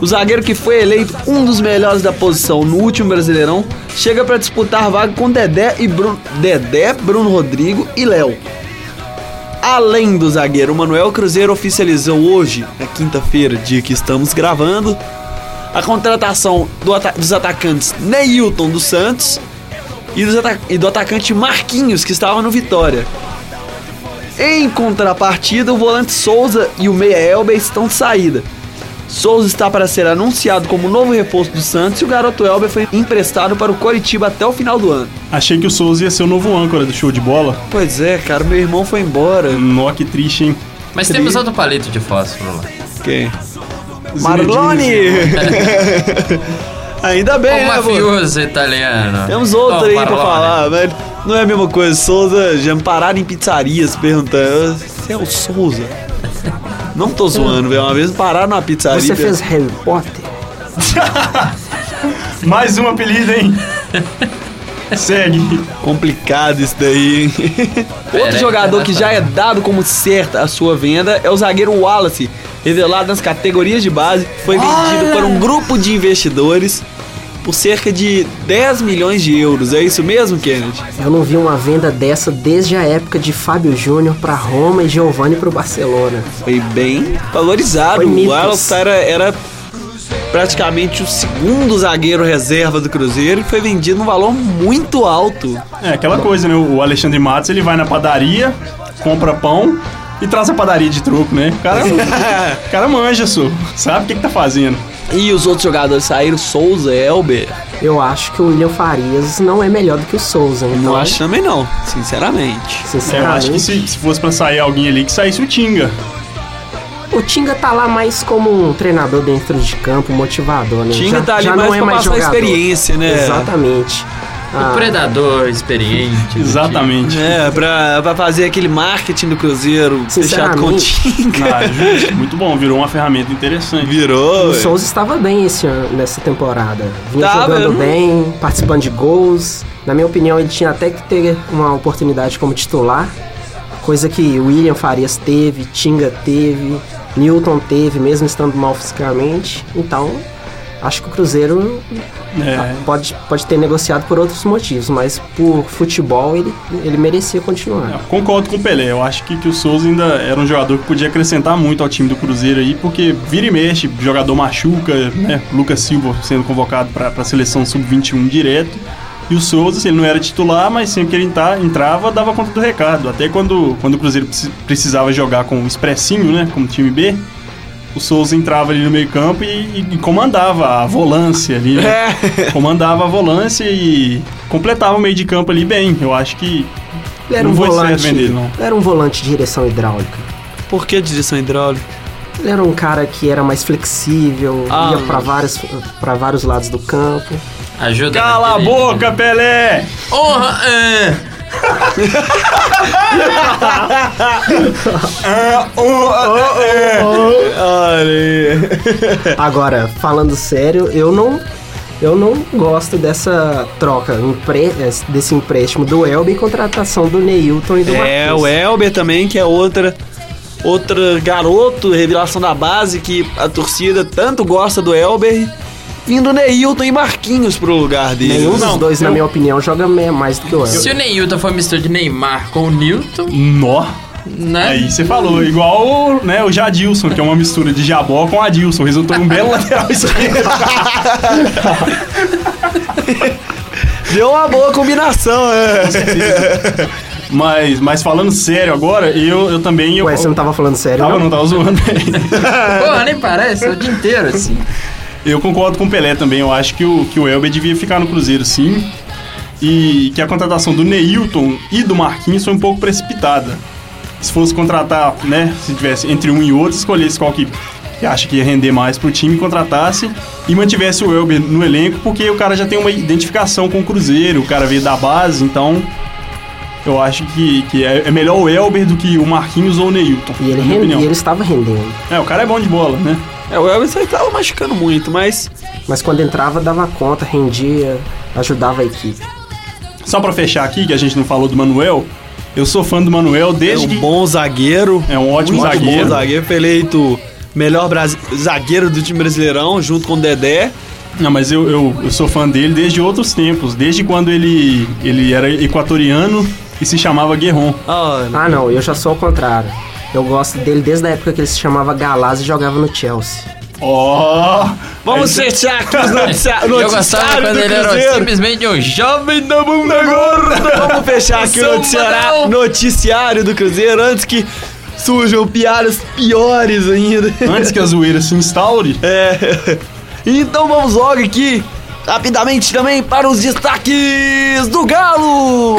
Speaker 3: O zagueiro que foi eleito um dos melhores da posição no último Brasileirão, chega para disputar vaga com Dedé e Bruno, Dedé, Bruno Rodrigo e Léo. Além do zagueiro Manuel, o Cruzeiro oficializou hoje, na quinta-feira, dia que estamos gravando, a contratação do ata- dos atacantes Neilton dos Santos e, dos ata- e do atacante Marquinhos, que estava no Vitória. Em contrapartida, o volante Souza e o meia Elber estão de saída. Souza está para ser anunciado como novo reforço do Santos e o garoto Elber foi emprestado para o Coritiba até o final do ano.
Speaker 2: Achei que o Souza ia ser o novo âncora do show de bola.
Speaker 3: Pois é, cara, meu irmão foi embora.
Speaker 2: Nó, que triste, hein?
Speaker 4: Mas temos outro palito de fósforo lá.
Speaker 3: Quem?
Speaker 2: Zinedine
Speaker 3: Marlone! Ainda bem,
Speaker 4: o
Speaker 3: né, pô?
Speaker 4: mafioso italiano.
Speaker 3: Temos outro
Speaker 4: Ó,
Speaker 3: aí pra
Speaker 4: Marlone.
Speaker 3: falar, mas não é a mesma coisa. Souza já me pararam em pizzarias perguntando: Você é o Souza? Não tô zoando, velho. Uma vez me pararam numa pizzaria.
Speaker 5: Você fez Harry Potter?
Speaker 2: Mais um apelido, hein? Segue.
Speaker 3: Complicado isso daí, hein? Outro
Speaker 4: aí,
Speaker 3: jogador
Speaker 4: pera
Speaker 3: que
Speaker 4: aí.
Speaker 3: já é dado como certa a sua venda é o zagueiro Wallace, revelado nas categorias de base, foi vendido por um grupo de investidores por cerca de 10 milhões de euros. É isso mesmo, Kennedy?
Speaker 5: Eu não vi uma venda dessa desde a época de Fábio Júnior pra Roma e Giovanni pro Barcelona.
Speaker 3: Foi bem valorizado.
Speaker 5: Foi
Speaker 3: o
Speaker 5: mitos.
Speaker 3: Wallace era, era praticamente o segundo zagueiro reserva do Cruzeiro e foi vendido num valor muito alto.
Speaker 2: É aquela coisa, né? O Alexandre Matos, ele vai na padaria, compra pão e traz a padaria de troco, né? O cara, o cara manja, su. Sabe o que, que tá fazendo.
Speaker 3: E os outros jogadores saíram, Souza, Elber.
Speaker 5: Eu acho que o William Farias não é melhor do que o Souza, então...
Speaker 3: Não acho também não, sinceramente.
Speaker 2: É, eu acho que
Speaker 5: Sinceramente,
Speaker 2: se, se fosse pra sair alguém ali, que saísse o Tinga.
Speaker 5: o Tinga tá lá mais como um treinador dentro de campo, motivador, né?
Speaker 3: Tinga
Speaker 5: já,
Speaker 3: tá ali
Speaker 5: já
Speaker 3: mais
Speaker 5: não é
Speaker 3: pra
Speaker 5: mais
Speaker 3: passar
Speaker 5: jogador.
Speaker 3: experiência, né?
Speaker 5: Exatamente.
Speaker 4: O predador experiente.
Speaker 2: Exatamente.
Speaker 3: É, pra, pra fazer aquele marketing do Cruzeiro fechado com o Tinga.
Speaker 2: Ah, justo. Muito bom, virou uma ferramenta interessante.
Speaker 3: Virou.
Speaker 5: O
Speaker 3: ué.
Speaker 5: Souza estava bem esse ano, nessa temporada. Vinha
Speaker 3: Tava, Uhum. eu
Speaker 5: jogando
Speaker 3: não-
Speaker 5: bem, participando de gols. Na minha opinião, ele tinha até que ter uma oportunidade como titular. Coisa que William Farias teve, Tinga teve, Newton teve, mesmo estando mal fisicamente. Então, acho que o Cruzeiro
Speaker 2: É.
Speaker 5: Ah, pode, pode ter negociado por outros motivos, mas por futebol ele, ele merecia
Speaker 2: Eu
Speaker 5: continuar.
Speaker 2: Concordo com o Pelé. Eu acho que, que o Souza ainda era um jogador que podia acrescentar muito ao time do Cruzeiro aí, porque vira e mexe, jogador machuca, né? Lucas Silva sendo convocado para a seleção sub-21 direto. E o Souza, assim, ele não era titular, mas sempre que ele entra- entrava, dava conta do recado. Até quando, quando o Cruzeiro precis- precisava jogar com o Expressinho, né, como time B, o Souza entrava ali no meio campo e, e comandava a volância ali, né? Comandava a volância e completava o meio de campo ali bem. Eu acho que
Speaker 5: Ele era
Speaker 2: Não
Speaker 5: um
Speaker 2: vou
Speaker 5: volante.
Speaker 2: descrever ele, não.
Speaker 5: ele Era um volante de direção hidráulica.
Speaker 3: Por que direção hidráulica?
Speaker 5: Ele era um cara que era mais flexível,
Speaker 3: Ah.
Speaker 5: ia pra, várias, pra vários lados do campo.
Speaker 4: Ajuda.
Speaker 2: Cala a
Speaker 4: naquele-
Speaker 2: boca, Pelé!
Speaker 4: Honra! é.
Speaker 2: É.
Speaker 5: Agora, falando sério, eu não. Eu não gosto dessa troca, empre- desse empréstimo do Elber e contratação do Neilton e do
Speaker 3: É,
Speaker 5: Matheus.
Speaker 3: o Elber também, que é outra outra garoto, revelação da base, que a torcida tanto gosta do Elber, indo Neilton e Marquinhos pro lugar dele.
Speaker 5: Nenhum dos
Speaker 2: Não,
Speaker 5: dois, na
Speaker 2: eu-
Speaker 5: minha opinião, joga me- mais do que o Elber.
Speaker 4: Se o Neilton for mistura de Neymar com o Newton,
Speaker 2: Um Nó!
Speaker 4: né?
Speaker 2: Aí você falou, igual né, o Jadilson, que é uma mistura de Jabó com Adilson. Resultou em um belo lateral esquerdo.
Speaker 3: Deu uma boa combinação, é.
Speaker 2: Mas, mas falando sério agora, eu, eu também... Eu,
Speaker 5: Ué, você não tá tava falando sério,
Speaker 2: Tava,
Speaker 5: não?
Speaker 2: não tava zoando.
Speaker 4: Porra, nem parece, é o dia inteiro assim.
Speaker 2: Eu concordo com o Pelé também. Eu acho que o, que o Elber devia ficar no Cruzeiro, sim. E que a contratação do Neilton e do Marquinhos foi um pouco precipitada. Se fosse contratar, né? Se tivesse entre um e outro, escolhesse qual que, que acha que ia render mais pro time, contratasse e mantivesse o Elber no elenco, porque o cara já tem uma identificação com o Cruzeiro, o cara veio da base, então. Eu acho que, que é é melhor o Elber do que o Marquinhos ou o Neilton.
Speaker 5: E
Speaker 2: na minha
Speaker 5: ele, rende-
Speaker 2: opinião.
Speaker 5: e ele estava rendendo.
Speaker 2: É, o cara é bom de bola, né?
Speaker 3: É, o Elber só tava machucando muito, mas
Speaker 5: Mas quando entrava, dava conta, rendia, ajudava a equipe.
Speaker 2: Só pra fechar aqui, que a gente não falou do Manuel, eu sou fã do Manuel
Speaker 3: é
Speaker 2: desde
Speaker 3: um
Speaker 2: que...
Speaker 3: bom zagueiro.
Speaker 2: É um ótimo
Speaker 3: muito
Speaker 2: zagueiro.
Speaker 3: bom zagueiro, foi eleito melhor brasi- zagueiro do time brasileirão, junto com o Dedé.
Speaker 2: Não, mas eu, eu, eu sou fã dele desde outros tempos, desde quando ele, ele era equatoriano e se chamava Guerron.
Speaker 3: Ah,
Speaker 5: Ah, não, eu já sou ao contrário. Eu gosto dele desde a época que ele se chamava Galaz e jogava no Chelsea.
Speaker 2: Ó!
Speaker 3: vamos
Speaker 2: Aí
Speaker 3: fechar aqui os noticia-
Speaker 4: Eu gostava
Speaker 3: é noticiário
Speaker 4: quando
Speaker 3: do
Speaker 4: ele era
Speaker 3: Cruzeiro.
Speaker 4: simplesmente um jovem da bunda
Speaker 3: Vamos fechar aqui o
Speaker 4: Samba
Speaker 3: noticiário,
Speaker 4: não.
Speaker 3: noticiário do Cruzeiro antes que surjam piadas piores ainda.
Speaker 2: você- Antes que a zoeira se instaure,
Speaker 3: É. Então vamos logo aqui, rapidamente também, para os destaques do Galo!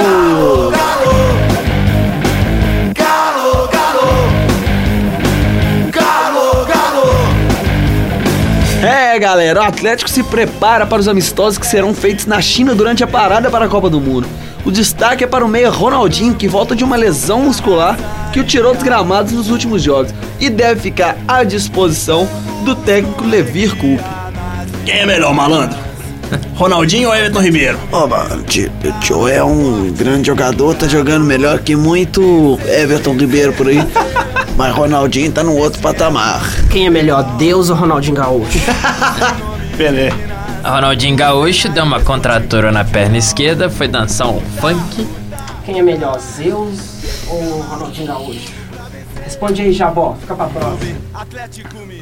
Speaker 3: É, galera, o Atlético se prepara para os amistosos que serão feitos na China durante a parada para a Copa do Mundo. O destaque é para o meia Ronaldinho, que volta de uma lesão muscular que o tirou dos gramados nos últimos jogos e deve ficar à disposição do técnico Levir Coupe.
Speaker 2: quem é melhor, malandro? Ronaldinho ou Everton Ribeiro?
Speaker 3: Ó, mano, o Tio é um grande jogador, tá jogando melhor que muito Everton Ribeiro por aí. Mas Ronaldinho tá num outro patamar.
Speaker 5: Quem é melhor, Deus ou Ronaldinho Gaúcho?
Speaker 2: Pelé.
Speaker 4: Ronaldinho Gaúcho deu uma contratura na perna esquerda, foi dançar um funk.
Speaker 5: Quem é melhor, Zeus ou Ronaldinho Gaúcho? Responde aí, Jabó, fica pra próxima.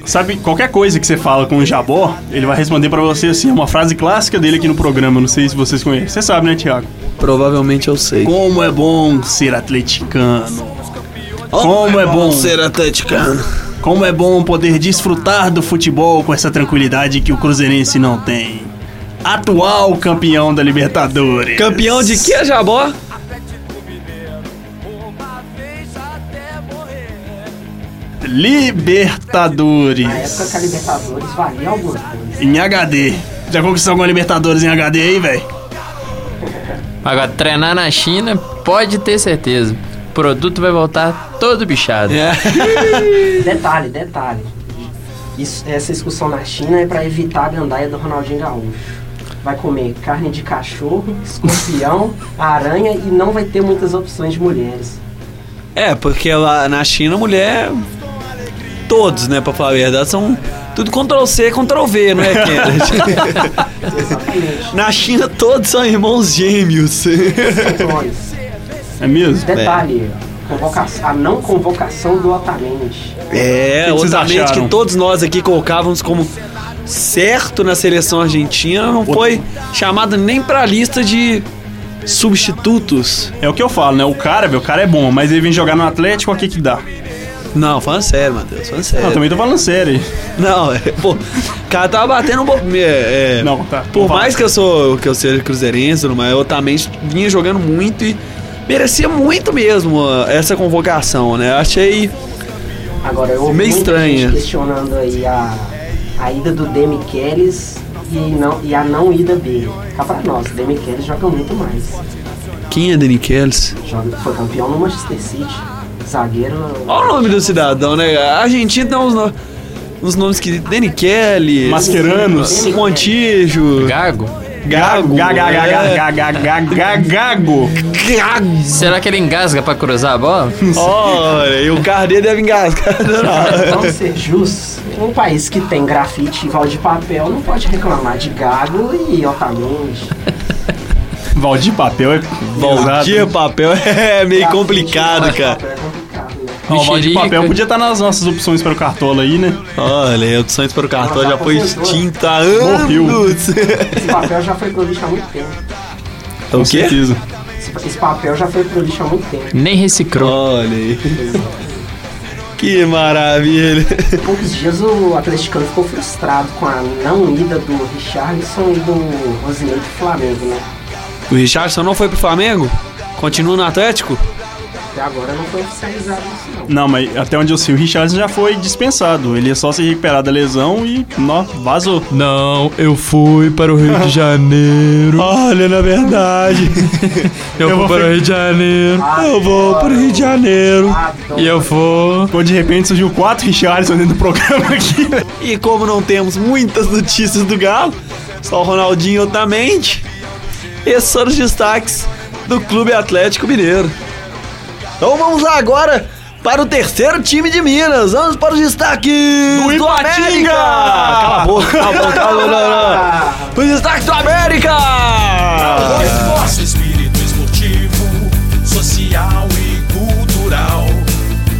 Speaker 2: Sabe, qualquer coisa que você fala com o Jabó, ele vai responder pra você assim, é uma frase clássica dele aqui no programa, não sei se vocês conhecem. Você sabe, né, Thiago?
Speaker 3: Provavelmente eu sei.
Speaker 2: Como é bom ser atleticano. Como é bom
Speaker 3: ser atleticano.
Speaker 2: Como é bom poder desfrutar do futebol com essa tranquilidade que o Cruzeirense não tem. Atual campeão da Libertadores.
Speaker 3: Campeão de que, Jabó?
Speaker 2: Libertadores.
Speaker 5: época que a Libertadores valia alguma coisa.
Speaker 2: Em HD. Já conquistou alguma Libertadores em HD aí, velho?
Speaker 4: Agora, treinar na China, pode ter certeza. O produto vai voltar todo bichado.
Speaker 2: É.
Speaker 3: É,
Speaker 5: Detalhe, detalhe. Isso- essa excursão na China é pra evitar a gandaia do Ronaldinho Gaúcho. Vai comer carne de cachorro, escorpião, aranha e não vai ter muitas opções de mulheres.
Speaker 3: É, porque lá na China a mulher. Todos, né, pra falar a verdade, são tudo Ctrl C, Ctrl V, não é, Kennedy?
Speaker 5: Exatamente.
Speaker 3: na China todos são irmãos gêmeos.
Speaker 5: Nós.
Speaker 2: É mesmo?
Speaker 5: Detalhe, convoca- a não convocação do Otamendi.
Speaker 3: É,
Speaker 2: O que que vocês
Speaker 3: outra mente
Speaker 2: acharam?
Speaker 3: que todos nós aqui colocávamos como certo na seleção argentina, não foi chamado nem pra lista de substitutos.
Speaker 2: É o que eu falo, né? O cara, velho, o cara é bom, mas ele vem jogar no Atlético, o que que dá?
Speaker 3: Não, falando sério, Matheus, falando
Speaker 2: Não,
Speaker 3: sério.
Speaker 2: também tô falando sério.
Speaker 3: Não, é, pô, o cara tava batendo um bo- é, é,
Speaker 2: Não, tá.
Speaker 3: Por mais que eu sou que eu seja cruzeirense, tudo mais, eu também vinha jogando muito e merecia muito mesmo ó, essa convocação, né? Eu Achei.
Speaker 5: Agora, eu ouvi
Speaker 3: é Meio
Speaker 5: muita
Speaker 3: estranha.
Speaker 5: gente questionando aí a, a ida do Demi Kellys e, não, e a não ida dele. Cá pra nós, o Demi Kellys joga muito mais.
Speaker 3: Quem é Danny Kells?
Speaker 5: Joga, foi campeão no Manchester City. Zagueiro.
Speaker 3: Olha o nome do cidadão, né? A Argentina tem uns, no- uns nomes que. Danny Kelly.
Speaker 2: Masqueranos.
Speaker 5: Demi
Speaker 3: Montijo.
Speaker 4: Gago?
Speaker 2: Gago, gaga,
Speaker 5: É.
Speaker 2: gaga, gaga, gaga, gaga, gago.
Speaker 3: Gago.
Speaker 4: Será que ele engasga pra cruzar a bola?
Speaker 3: Olha, e o Cardeiro deve engasgar.
Speaker 5: Vamos ser justos. Um país que tem grafite e val de papel não pode reclamar de Gago e Otamendi.
Speaker 2: Valdir Papel é
Speaker 3: Bom
Speaker 2: pesado.
Speaker 3: dia, papel. É meio complicado,
Speaker 5: Grafite e
Speaker 3: cara.
Speaker 5: val de papel É complicado, né?
Speaker 2: Ó, o Valdir
Speaker 4: Mexerica.
Speaker 2: Papel podia estar nas nossas opções para o Cartola aí, né?
Speaker 3: Olha, opções para o cartão já foi extinta há
Speaker 2: tá Morreu.
Speaker 3: anos.
Speaker 5: Esse papel já foi pro lixo há muito tempo.
Speaker 3: o
Speaker 2: Com
Speaker 3: quê?
Speaker 2: certeza.
Speaker 5: Esse, esse papel já foi pro lixo há muito tempo.
Speaker 4: Nem reciclou.
Speaker 3: Olha aí. Que maravilha.
Speaker 5: Em poucos dias o atleticano ficou frustrado com a não ida do Richarlison e do Rosinei do Flamengo, né?
Speaker 3: O Richardson não foi pro Flamengo? Continua no Atlético?
Speaker 5: Até agora não foi oficializado isso não.
Speaker 2: Não, mas até onde eu sei, o Richardson já foi dispensado. Ele é só se recuperar da lesão e, nó, vazou.
Speaker 4: Não, eu fui para o Rio de Janeiro.
Speaker 2: Olha, na verdade.
Speaker 4: Eu,
Speaker 2: vou para o
Speaker 4: Rio de Janeiro.
Speaker 5: Eu
Speaker 2: vou pro Rio de Janeiro.
Speaker 5: Adoro.
Speaker 4: eu vou.
Speaker 2: Quando de repente surgiu quatro Richardson dentro do programa aqui, né?
Speaker 3: E como não temos muitas notícias do Galo, só o Ronaldinho Otamendi, esses foram os destaques do Clube Atlético Mineiro. Então vamos lá agora para o terceiro time de Minas. Vamos para os destaques do,
Speaker 2: Ipatinga!
Speaker 3: América! Cala a boca, cala a boca, cala a boca. Os destaques do América!
Speaker 7: Nosso espírito esportivo, social e cultural.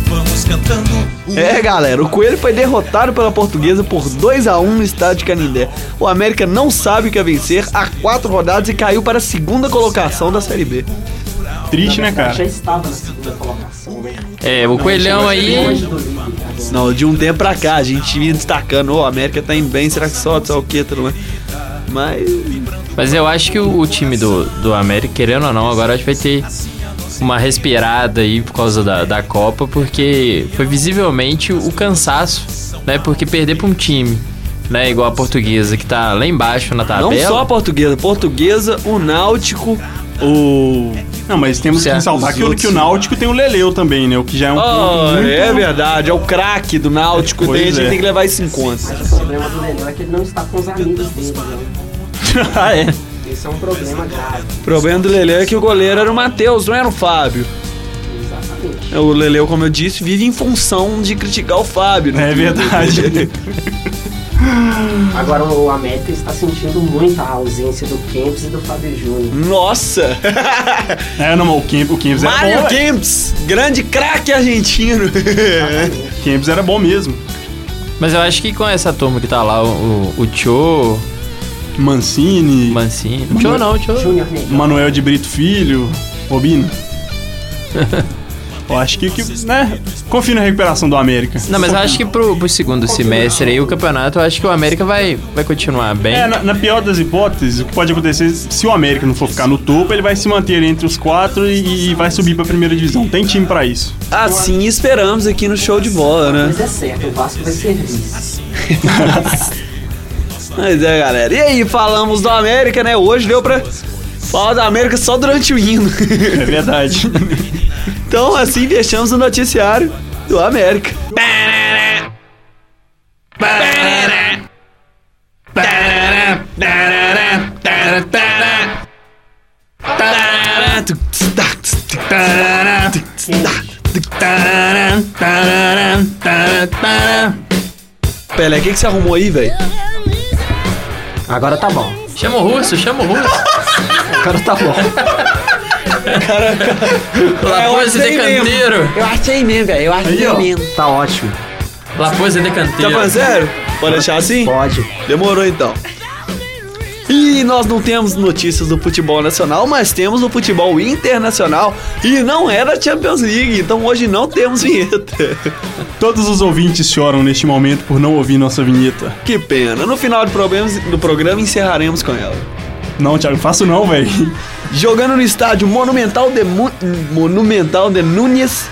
Speaker 7: Vamos cantando o
Speaker 3: É, galera, o Coelho foi derrotado pela Portuguesa por 2 a 1 no estádio de Canindé. O América não sabe o que é vencer há quatro rodadas e caiu para a segunda colocação da Série B.
Speaker 2: Triste, né,
Speaker 5: Já
Speaker 2: cara?
Speaker 5: estava na segunda colocação. né?
Speaker 4: É, o coelhão
Speaker 5: Longe
Speaker 4: aí.
Speaker 5: do líder.
Speaker 3: Não, de um tempo pra cá a gente vinha destacando, ô, a América tá indo bem, será que só, sei lá o que, tudo mais. Mas,
Speaker 4: Mas eu acho que o, o time do, do América, querendo ou não, agora acho que vai ter uma respirada aí por causa da, da Copa, porque foi visivelmente o cansaço, né? Porque perder pra um time, né? Igual a portuguesa, que tá lá embaixo na
Speaker 3: não
Speaker 4: tabela.
Speaker 3: só a Portuguesa, a Portuguesa, o Náutico, o...
Speaker 2: Não, mas temos que
Speaker 4: Certo,
Speaker 2: ressaltar
Speaker 3: os
Speaker 2: que, o-
Speaker 3: outros.
Speaker 2: que o Náutico tem o Leleu também, né? O que já é um ponto
Speaker 3: Oh,
Speaker 2: muito-
Speaker 3: é verdade, é o craque do Náutico,
Speaker 2: Pois
Speaker 3: tem, a gente
Speaker 2: é.
Speaker 3: tem que levar isso em conta.
Speaker 5: Mas o problema do Lennon é que ele não está com os amigos dele, né?
Speaker 2: ah, é.
Speaker 5: Esse é um problema grave,
Speaker 3: O problema do Leleu é que o goleiro era o Matheus, não era o Fábio. É,
Speaker 5: exatamente.
Speaker 3: O Leleu, como eu disse, vive em função de criticar o Fábio. né?
Speaker 2: É verdade.
Speaker 5: Agora o América está sentindo muito a ausência do Kempis e do Fábio Júnior.
Speaker 3: Nossa!
Speaker 2: é, não, mas o Kempis, o Kempis era
Speaker 3: Mário
Speaker 2: bom, é. velho.
Speaker 3: Kempis, grande craque argentino.
Speaker 2: O Kempis era bom mesmo.
Speaker 4: Mas eu acho que com essa turma que tá lá, o, o Tio,
Speaker 2: Mancini,
Speaker 4: Mancini. Tio não, Tio.
Speaker 5: Júnior Negão.
Speaker 2: Manuel de Brito Filho, Robinho. Eu acho que, que, né? Confio na recuperação do América.
Speaker 4: Não, mas eu acho que pro, pro segundo semestre aí, o campeonato, eu acho que o América vai, vai continuar bem.
Speaker 2: É, na, na pior das hipóteses, o que pode acontecer se o América não for ficar no topo, ele vai se manter entre os quatro e, e vai subir pra primeira divisão. Tem time pra isso.
Speaker 3: Assim esperamos aqui no show de bola, né?
Speaker 5: Mas é certo, o Vasco vai ser vice.
Speaker 3: Mas é, galera. E aí, falamos do América, né? Hoje deu pra falar do América só durante o hino.
Speaker 2: É verdade.
Speaker 3: Então, assim, fechamos o noticiário do América. Pelé, o que, que você arrumou aí, velho?
Speaker 5: Agora tá bom.
Speaker 4: Chama o Russo, chama o Russo.
Speaker 5: Agora tá bom.
Speaker 3: É,
Speaker 4: Lapose de canteiro.
Speaker 3: Eu achei mesmo, velho. Eu achei
Speaker 2: ó.
Speaker 3: mesmo.
Speaker 5: Tá ótimo.
Speaker 4: Lapose de
Speaker 3: Tá
Speaker 4: canteiro.
Speaker 3: falando sério? Pode deixar assim?
Speaker 5: Pode.
Speaker 3: Demorou então. E nós não temos notícias do futebol nacional, mas temos o futebol internacional e não é da Champions League, então hoje não temos vinheta.
Speaker 2: Todos os ouvintes choram neste momento por não ouvir nossa vinheta.
Speaker 3: Que pena. No final do programa, do programa encerraremos com ela.
Speaker 2: Não, Thiago, faço não, velho.
Speaker 3: Jogando no estádio Monumental de, Mu- Monumental de Núñez,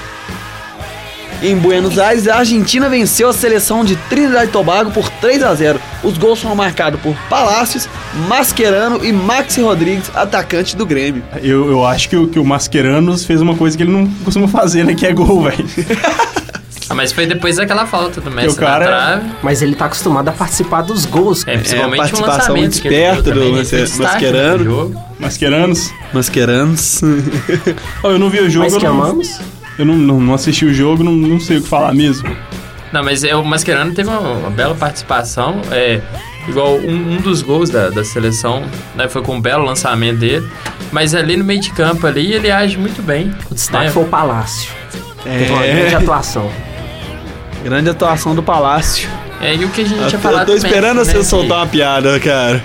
Speaker 3: em Buenos Aires, a Argentina venceu a seleção de Trinidad e Tobago por 3 a 0. Os gols foram marcados por Palácios, Mascherano e Maxi Rodrigues, atacante do Grêmio.
Speaker 2: Eu, eu acho que o, que o Masqueranos fez uma coisa que ele não costuma fazer, né? Que é gol, velho.
Speaker 4: Ah, mas foi depois daquela falta do
Speaker 2: E o
Speaker 4: Messi
Speaker 2: cara-
Speaker 4: na trave.
Speaker 5: Mas ele tá acostumado a participar dos gols.
Speaker 4: É,
Speaker 3: É,
Speaker 4: principalmente um
Speaker 3: participação
Speaker 4: lançamento
Speaker 3: muito
Speaker 4: que ele deu
Speaker 3: perto do
Speaker 4: também, né?
Speaker 3: Mas-
Speaker 4: Foi destaque
Speaker 3: Mascherano.
Speaker 4: no jogo.
Speaker 2: Masqueranos.
Speaker 3: Masqueranos.
Speaker 2: Oh, eu não vi o jogo.
Speaker 5: Mas que
Speaker 2: eu não,
Speaker 5: amamos.
Speaker 2: eu não, não- não assisti o jogo, não, não sei o que falar mesmo.
Speaker 4: Não, mas é, o Mascherano teve uma, uma bela participação. É, igual um, um dos gols da, da seleção né, foi com um belo lançamento dele. Mas ali no meio de campo ali ele age muito bem.
Speaker 5: O destaque
Speaker 4: né?
Speaker 5: foi o Palácio.
Speaker 4: É.
Speaker 5: Teve uma
Speaker 3: É.
Speaker 5: grande atuação.
Speaker 3: Grande atuação do Palácio.
Speaker 4: É, e o que a gente tinha
Speaker 3: Eu,
Speaker 4: falado
Speaker 3: tô
Speaker 4: do Messi,
Speaker 3: esperando
Speaker 4: né,
Speaker 3: você
Speaker 4: que-
Speaker 3: soltar uma piada, cara.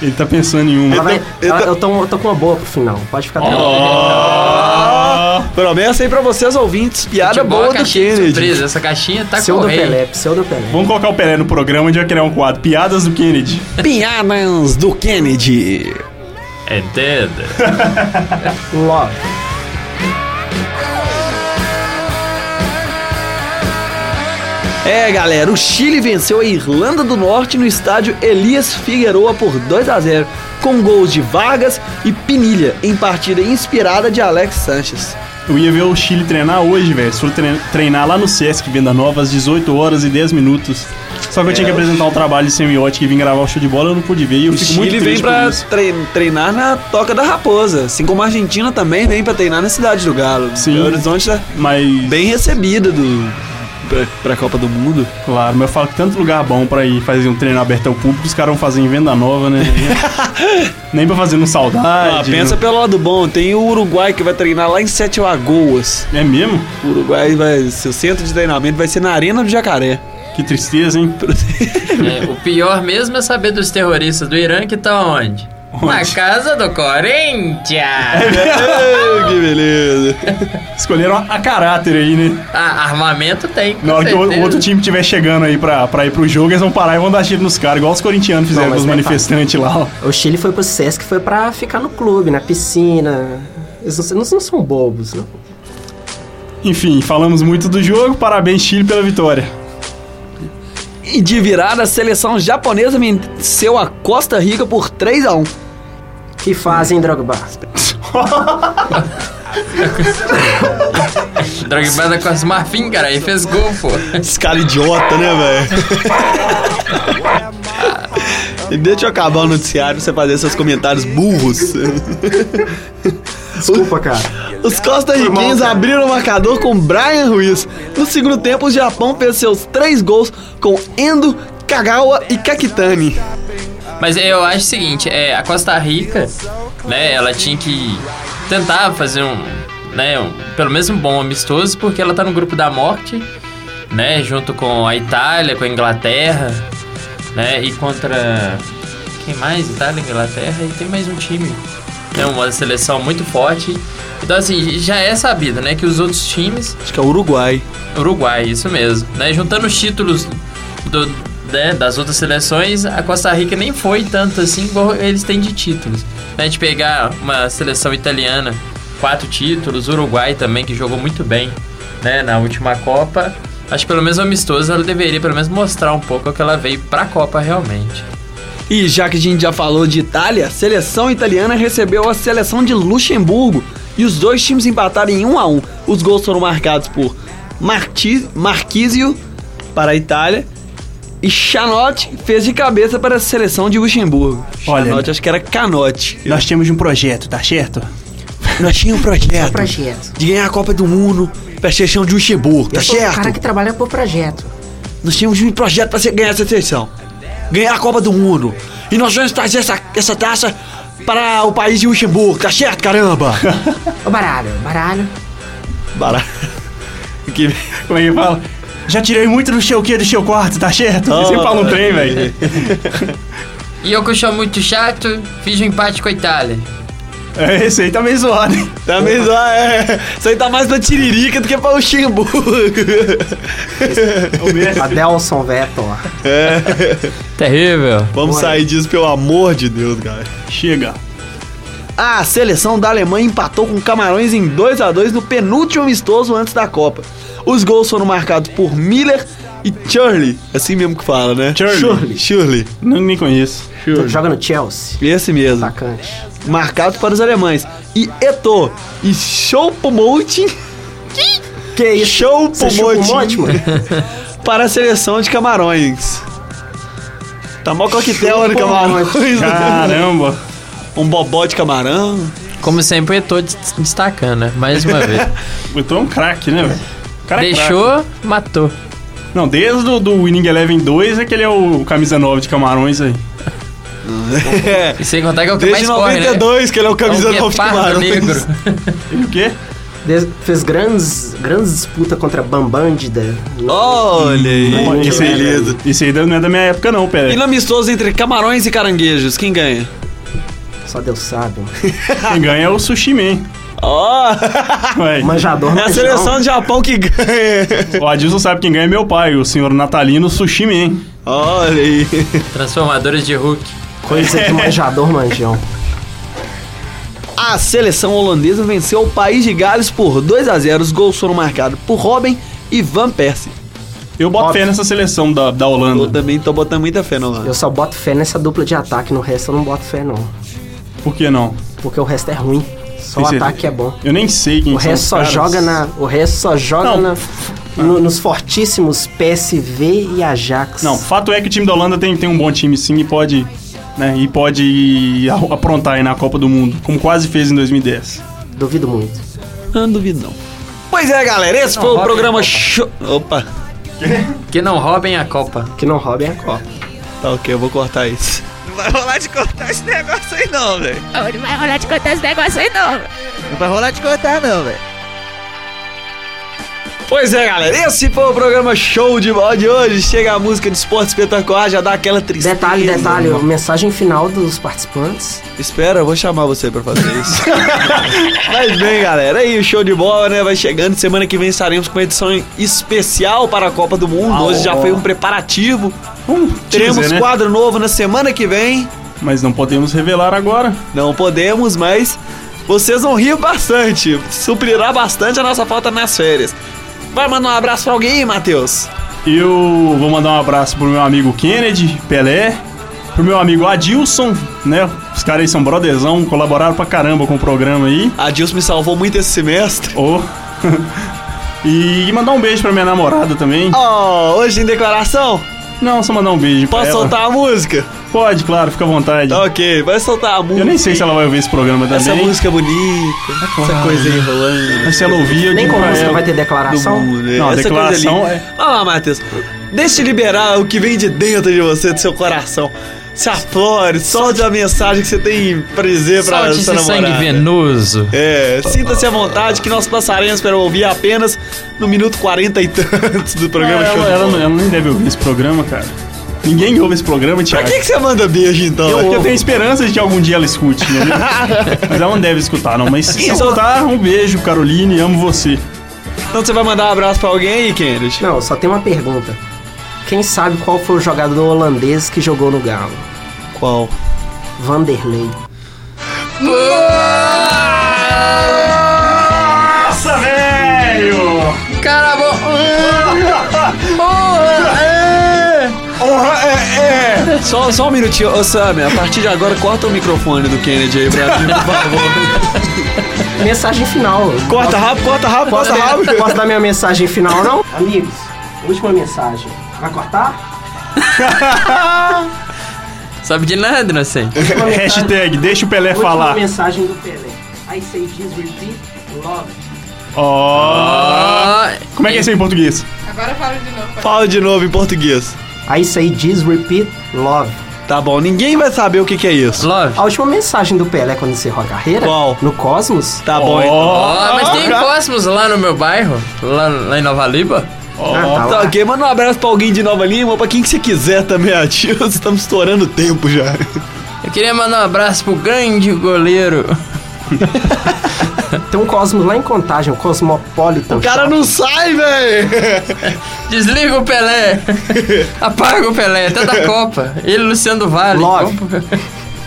Speaker 2: Ele tá pensando em uma.
Speaker 5: Ela vai-
Speaker 3: eu
Speaker 5: ela-
Speaker 3: tô-
Speaker 5: eu, tô, eu tô com uma boa pro final. Pode ficar tranquilo.
Speaker 3: Promessa aí pra vocês ouvintes, piada
Speaker 4: Ah. Futebol,
Speaker 3: boa
Speaker 4: a
Speaker 3: do
Speaker 4: caixinha de
Speaker 3: Kennedy.
Speaker 4: surpresa. Essa caixinha tá
Speaker 5: Pseudo
Speaker 4: com o rei.
Speaker 5: Pelé, pseudo Pelé.
Speaker 2: Vamos colocar o Pelé no programa, a gente vai criar um quadro. Piadas do Kennedy.
Speaker 3: Piadas do Kennedy.
Speaker 4: Entenda.
Speaker 5: Love.
Speaker 3: É, galera, o Chile venceu a Irlanda do Norte no estádio Elias Figueroa por 2 a 0, com gols de Vargas e Pinilha, em partida inspirada de Alex Sanches.
Speaker 2: Eu ia ver o Chile treinar hoje, velho. Se for tre- treinar lá no Sesc, Venda Nova, às 18 horas e 10 minutos. Só que eu tinha que apresentar um trabalho de semiótica e vim gravar o show de bola, eu não pude ver. E eu
Speaker 3: É, O
Speaker 2: fico muito
Speaker 3: Chile vem
Speaker 2: triste
Speaker 3: pra
Speaker 2: por isso.
Speaker 3: trein- treinar na Toca da Raposa, assim como a Argentina também vem pra treinar na Cidade do Galo.
Speaker 2: Sim.
Speaker 3: O Horizonte tá
Speaker 2: Mas,
Speaker 3: bem recebida do, pra, pra Copa do Mundo.
Speaker 2: claro, mas eu falo que tanto lugar bom pra ir fazer um treino aberto ao público, os caras vão fazer em Venda Nova, né? Nem pra fazer no Saudade. né?
Speaker 3: Ah, pensa pelo lado bom, tem o Uruguai que vai treinar lá em Sete Lagoas.
Speaker 2: no- É mesmo?
Speaker 3: O Uruguai vai. Seu centro de treinamento vai ser na Arena do Jacaré.
Speaker 2: Que tristeza, hein?
Speaker 4: É, o pior mesmo é saber dos terroristas do Irã que estão onde? Na casa do
Speaker 2: É, né?
Speaker 4: Corinthians!
Speaker 3: Ei, que beleza!
Speaker 2: Escolheram a, a caráter aí, né?
Speaker 4: Ah, armamento tem. com
Speaker 2: Na hora que o, o
Speaker 4: certeza.
Speaker 2: outro time estiver chegando aí pra, pra ir pro jogo, eles vão parar e vão dar tiro nos caras, igual os corintianos fizeram
Speaker 5: Não,
Speaker 2: com
Speaker 5: mas
Speaker 2: os
Speaker 3: é
Speaker 5: nem
Speaker 2: manifestantes lá, ó.
Speaker 5: O Chile foi pro Sesc, foi pra ficar no clube, na piscina. Eles não, eles não são bobos, né? não.
Speaker 2: Enfim, falamos muito do jogo. Parabéns, Chile, pela vitória.
Speaker 3: E de virada, a seleção japonesa venceu a Costa Rica por 3 a 1
Speaker 5: Que fazem, Drogba?
Speaker 2: tipo-
Speaker 4: Drogba da Costa Marfim, cara, aí fez gol, pô.
Speaker 3: Esse cara idiota, né, velho? E Deixa eu acabar o noticiário pra você fazer seus comentários burros.
Speaker 5: Desculpa, cara.
Speaker 3: Os costarriquenhos abriram o marcador com Brian Ruiz. No segundo tempo, o Japão fez seus três gols com Endo, Kagawa e Kakitani.
Speaker 4: Mas eu acho o seguinte, é, a Costa Rica, né, ela tinha que tentar fazer um, né, um- pelo menos um bom amistoso, porque ela tá no grupo da morte, né, junto com a Itália, com a Inglaterra, né, e contra quem mais? Itália, Inglaterra e tem mais um time, né, uma seleção muito forte. Então assim, já é sabido, né, que os outros times
Speaker 3: Acho que é o Uruguai.
Speaker 4: Uruguai, isso mesmo. Né? Juntando os títulos do- né, das outras seleções, a Costa Rica nem foi tanto assim igual eles têm de títulos. Né? De pegar uma seleção italiana, quatro títulos, Uruguai também, que jogou muito bem né, na última Copa. Acho que pelo menos amistoso ela deveria pelo menos mostrar um pouco o que ela veio pra Copa realmente.
Speaker 3: E já que a gente já falou de Itália, a seleção italiana recebeu a seleção de Luxemburgo e os dois times empataram em 1 a 1. Os gols foram marcados por Marti- Marquisio para a Itália e Chanotti fez de cabeça para a seleção de Luxemburgo.
Speaker 2: Olha.
Speaker 3: Chanotti acho que era Canotti. né?
Speaker 2: Nós temos um projeto, tá certo?
Speaker 3: Nós tínhamos um projeto,
Speaker 5: É Projeto.
Speaker 3: de ganhar a Copa do Mundo para a seleção de Luxemburgo, tá
Speaker 5: Eu sou o
Speaker 3: certo?
Speaker 5: cara que trabalha por projeto.
Speaker 3: Nós tínhamos um projeto para ganhar essa seleção. Ganhar a Copa do Mundo. E nós vamos trazer essa, essa taça para o país de Luxemburgo, tá certo, caramba?
Speaker 5: Ô, baralho, baralho.
Speaker 3: Barato. Que...
Speaker 2: Como é que fala? Já tirei muito do seu quê, do seu quarto, tá certo? Ele sempre fala um trem, velho.
Speaker 4: E eu que sou muito chato, fiz um empate com a Itália.
Speaker 2: É, Esse aí tá meio zoado, hein?
Speaker 3: Tá mesmo, ah, é. Isso aí tá mais pra tiririca do que pra Luxemburgo.
Speaker 5: Adelson Vettel.
Speaker 4: Terrível.
Speaker 1: Vamos sair disso, pelo amor de Deus, cara.
Speaker 2: Chega.
Speaker 3: A seleção da Alemanha empatou com Camarões em 2 a 2 no penúltimo amistoso antes da Copa. Os gols foram marcados por Miller e Charlie. Assim mesmo que fala, né?
Speaker 2: Shirley.
Speaker 3: Shirley. Shirley.
Speaker 2: Não, nem conheço.
Speaker 5: Joga no Chelsea.
Speaker 3: Esse mesmo.
Speaker 5: Atacante.
Speaker 3: Marcados para os alemães. E Eto e Choupo-Moting
Speaker 5: Que isso? Você chupa um monte,
Speaker 3: Choupo-Moting
Speaker 5: mano?
Speaker 3: para a seleção de Camarões. Tá mó coquetel no Camarões.
Speaker 2: Caramba.
Speaker 3: Um bobó de camarão.
Speaker 4: Como sempre, eu tô des- destacando, né? Mais uma vez.
Speaker 2: Então é um craque, né, velho? O cara é craque.
Speaker 4: Deixou, matou.
Speaker 2: Não, desde o do Winning Eleven 2 é que ele é o camisa 9 de Camarões aí.
Speaker 4: E sem contar que é o que
Speaker 3: Desde
Speaker 4: mais corre, né?
Speaker 3: 92 que ele é o camisa
Speaker 4: é o
Speaker 3: nove de
Speaker 4: guepardo
Speaker 3: camarão.
Speaker 4: negro.
Speaker 2: E o quê?
Speaker 5: Des- Fez grandes, grandes disputas contra Bambandida.
Speaker 3: Olha aí, que
Speaker 2: Esse aí,
Speaker 4: né?
Speaker 3: beleza.
Speaker 2: esse aí não é da minha época, não,
Speaker 3: E
Speaker 2: Pelé.
Speaker 3: no amistoso entre camarões e caranguejos, quem ganha?
Speaker 5: Só Deus sabe.
Speaker 2: Quem ganha é o Sushi Man.
Speaker 3: Ó,
Speaker 2: Ué,
Speaker 5: O manjador
Speaker 3: é a
Speaker 5: manjão.
Speaker 3: seleção do Japão que ganha.
Speaker 2: o Adilson sabe quem ganha é meu pai, o senhor Natalino Sushi Man.
Speaker 3: Olha aí.
Speaker 4: Transformadores de Hulk.
Speaker 5: Coisa de manjador manjão.
Speaker 3: A seleção holandesa venceu o país de Gales por 2 a 0 Os gols foram marcados por Robin e Van Persie.
Speaker 2: Eu boto fé nessa seleção da, da
Speaker 3: Eu
Speaker 2: Holanda.
Speaker 3: também tô botando muita fé no
Speaker 5: Eu
Speaker 3: Holanda.
Speaker 5: só boto fé nessa dupla de ataque, no resto eu não boto fé não.
Speaker 2: Por que não?
Speaker 5: Porque o resto é ruim. Só o
Speaker 2: Tem certeza?
Speaker 5: ataque é bom.
Speaker 2: Eu nem sei quem
Speaker 5: O
Speaker 2: são
Speaker 5: resto
Speaker 2: os
Speaker 5: só
Speaker 2: caras.
Speaker 5: joga na. O resto só joga
Speaker 2: Não.
Speaker 5: na. no- nos fortíssimos PSV e Ajax.
Speaker 2: Não, fato é que o time da Holanda tem, tem um bom time sim e pode, né, e pode a- aprontar aí na Copa do Mundo, como quase fez em 2010.
Speaker 5: Duvido muito.
Speaker 3: Não duvido não. Pois é, galera, esse foi o
Speaker 4: Robin
Speaker 3: programa show... Opa,
Speaker 4: Que não roubem a Copa.
Speaker 5: Que não roubem a Copa.
Speaker 3: tá ok, eu vou cortar isso. Não vai rolar de cortar esse negócio aí não, velho.
Speaker 6: Não vai rolar de contar esse negócio aí, não.
Speaker 3: Não vai rolar de cortar, não, velho. Pois é, galera, esse foi o programa show de bola de hoje. Chega a música de esporte espetacular, já dá aquela tristeza.
Speaker 5: Detalhe, detalhe, a mensagem final dos participantes.
Speaker 3: Espera, eu vou chamar você pra fazer isso. Mas bem, galera, aí o show de bola, né? Vai chegando. Semana que vem estaremos com uma edição especial para a Copa do Mundo. Hoje já foi um preparativo.
Speaker 2: Um
Speaker 3: Teremos
Speaker 2: Ah, teaser, né?
Speaker 3: quadro novo na semana que vem.
Speaker 2: Mas não podemos revelar agora.
Speaker 3: Não podemos, mas vocês vão rir bastante. Suprirá bastante a nossa falta nas férias. Vai mandar um abraço pra alguém, Matheus?
Speaker 2: Eu vou mandar um abraço pro meu amigo Kennedy, Pelé, pro meu amigo Adilson, né? Os caras aí são brotherzão, colaboraram pra caramba com o programa aí.
Speaker 3: A Dilson me salvou muito esse semestre.
Speaker 2: Ô. e mandar um beijo pra minha namorada também.
Speaker 3: Ó, hoje em declaração,
Speaker 2: Não, só mandar um beijo pra
Speaker 3: posso
Speaker 2: ela.
Speaker 3: soltar a música?
Speaker 2: Pode, claro, fica à vontade.
Speaker 3: Tá ok, vai soltar a música.
Speaker 2: Eu nem sei se ela vai ouvir esse programa também. É
Speaker 3: Essa música é bonita, essa coisa aí rolando.
Speaker 2: Mas se ela ouvir, eu
Speaker 5: Nem
Speaker 2: digo "Ah, é
Speaker 5: com
Speaker 2: pra
Speaker 5: música
Speaker 2: ela.
Speaker 5: vai ter declaração.
Speaker 3: né?
Speaker 2: um- Não, a
Speaker 3: essa coisa
Speaker 2: declaração
Speaker 3: linda.
Speaker 2: é-
Speaker 3: Vai lá, Matheus. Deixe liberar o que vem de dentro de você, do seu coração. Se aflore, solte a mensagem que você tem pra dizer pra
Speaker 4: Solte
Speaker 3: sua
Speaker 4: esse
Speaker 3: namorada.
Speaker 4: sangue venoso.
Speaker 3: É, sinta-se à vontade que nós passaremos para ouvir apenas no minuto 40 e tantos do programa
Speaker 2: Ah, Ela,
Speaker 3: Show.
Speaker 2: ela,
Speaker 3: de
Speaker 2: ela
Speaker 3: Bola.
Speaker 2: não- é. ela nem deve ouvir esse programa, cara. Ninguém ouve esse programa,
Speaker 3: Pra
Speaker 2: Thiago.
Speaker 3: que, que você manda beijo então?
Speaker 2: Eu, tenho esperança de que algum dia ela escute, entendeu? mas ela não deve escutar, não. Mas se escutar, um beijo, Caroline, amo você.
Speaker 3: Então você vai mandar um abraço pra alguém aí, Kennedy?
Speaker 5: Não, só tem uma pergunta. Quem sabe qual foi o jogador holandês que jogou no Galo?
Speaker 3: Qual?
Speaker 5: Vanderlei.
Speaker 2: Nossa, velho!
Speaker 4: Caramba!
Speaker 3: Só, só um minutinho, ô Sammy, a partir de agora corta o microfone do Kennedy aí pra mim, por favor.
Speaker 5: Mensagem final.
Speaker 3: Corta rápido, corta rápido, corta
Speaker 5: Posso,
Speaker 3: rápido.
Speaker 5: dar, posso dar minha mensagem final, não? Amigos, última mensagem. Vai cortar?
Speaker 4: Sabe de nada, né, inocente.
Speaker 5: Última mensagem-
Speaker 2: Hashtag, deixa o Pelé
Speaker 5: última
Speaker 2: falar.
Speaker 5: mensagem do Pelé. I say this, repeat, love.
Speaker 2: Ó.
Speaker 4: Ah,
Speaker 2: Como é que é isso aí em português?
Speaker 6: Agora fala de novo.
Speaker 3: Fala de novo em português.
Speaker 5: I say this, repeat, love.
Speaker 3: Tá bom, ninguém vai saber o que, que é isso.
Speaker 4: Love.
Speaker 5: A última mensagem do Pelé quando encerrou a carreira?
Speaker 3: Qual?
Speaker 5: No Cosmos?
Speaker 3: Tá bom, então.
Speaker 4: Ó, mas tem Cosmos lá no meu bairro, lá, lá em Nova Liba.
Speaker 2: Ó,
Speaker 5: Ah, tá
Speaker 2: ó.
Speaker 5: lá.
Speaker 3: Tá ok, manda um abraço pra alguém de Nova Lima ou pra quem que você quiser também, ativo. Estamos estourando o tempo já.
Speaker 4: Eu queria mandar um abraço pro grande goleiro.
Speaker 5: Tem um Cosmo lá em Contagem, um Cosmopolitan.
Speaker 3: O cara não sai, velho.
Speaker 4: Desliga o Pelé. Apaga o Pelé, até da Copa. Ele, Luciano do Vale.
Speaker 5: Love.
Speaker 4: Copa.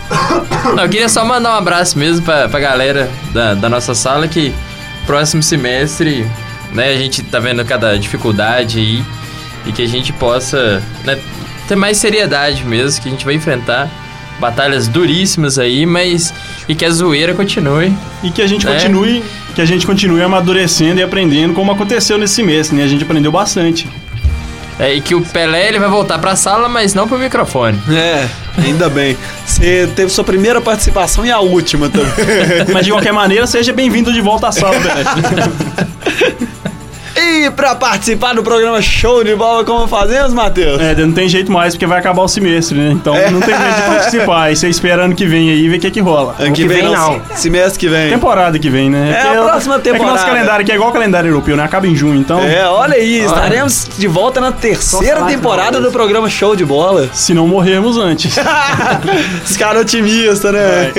Speaker 4: Não, eu queria só mandar um abraço mesmo pra, pra galera da, da nossa sala que próximo semestre, né, a gente tá vendo cada dificuldade aí e que a gente possa né, ter mais seriedade mesmo, que a gente vai enfrentar batalhas duríssimas aí, mas e que a zoeira continue.
Speaker 2: E que a gente
Speaker 4: É.
Speaker 2: continue, que a gente continue amadurecendo e aprendendo como aconteceu nesse mês, né? A gente aprendeu bastante.
Speaker 4: É, e que o Pelé ele vai voltar pra sala, mas não pro microfone.
Speaker 3: É, ainda bem. Você teve sua primeira participação e a última também.
Speaker 2: Mas de qualquer maneira, seja bem-vindo de volta à sala, Pelé.
Speaker 3: E pra participar do programa Show de Bola, como fazemos, Matheus?
Speaker 2: É, não tem jeito mais, porque vai acabar o semestre, né? Então
Speaker 3: É.
Speaker 2: não tem jeito de participar. Aí você espera ano que vem aí e vê o que que rola.
Speaker 3: Ano
Speaker 5: que vem, não.
Speaker 3: Semestre que vem.
Speaker 2: Temporada que vem, né?
Speaker 3: É,
Speaker 2: Porque
Speaker 3: a próxima
Speaker 2: É que
Speaker 3: temporada.
Speaker 2: nosso calendário aqui é igual o calendário europeu, né? Acaba em junho, então...
Speaker 3: É, olha aí, estaremos de volta na terceira
Speaker 5: falar que
Speaker 3: temporada
Speaker 5: não,
Speaker 3: do programa Show de Bola.
Speaker 2: Se não morrermos antes.
Speaker 3: Os caras otimistas, né?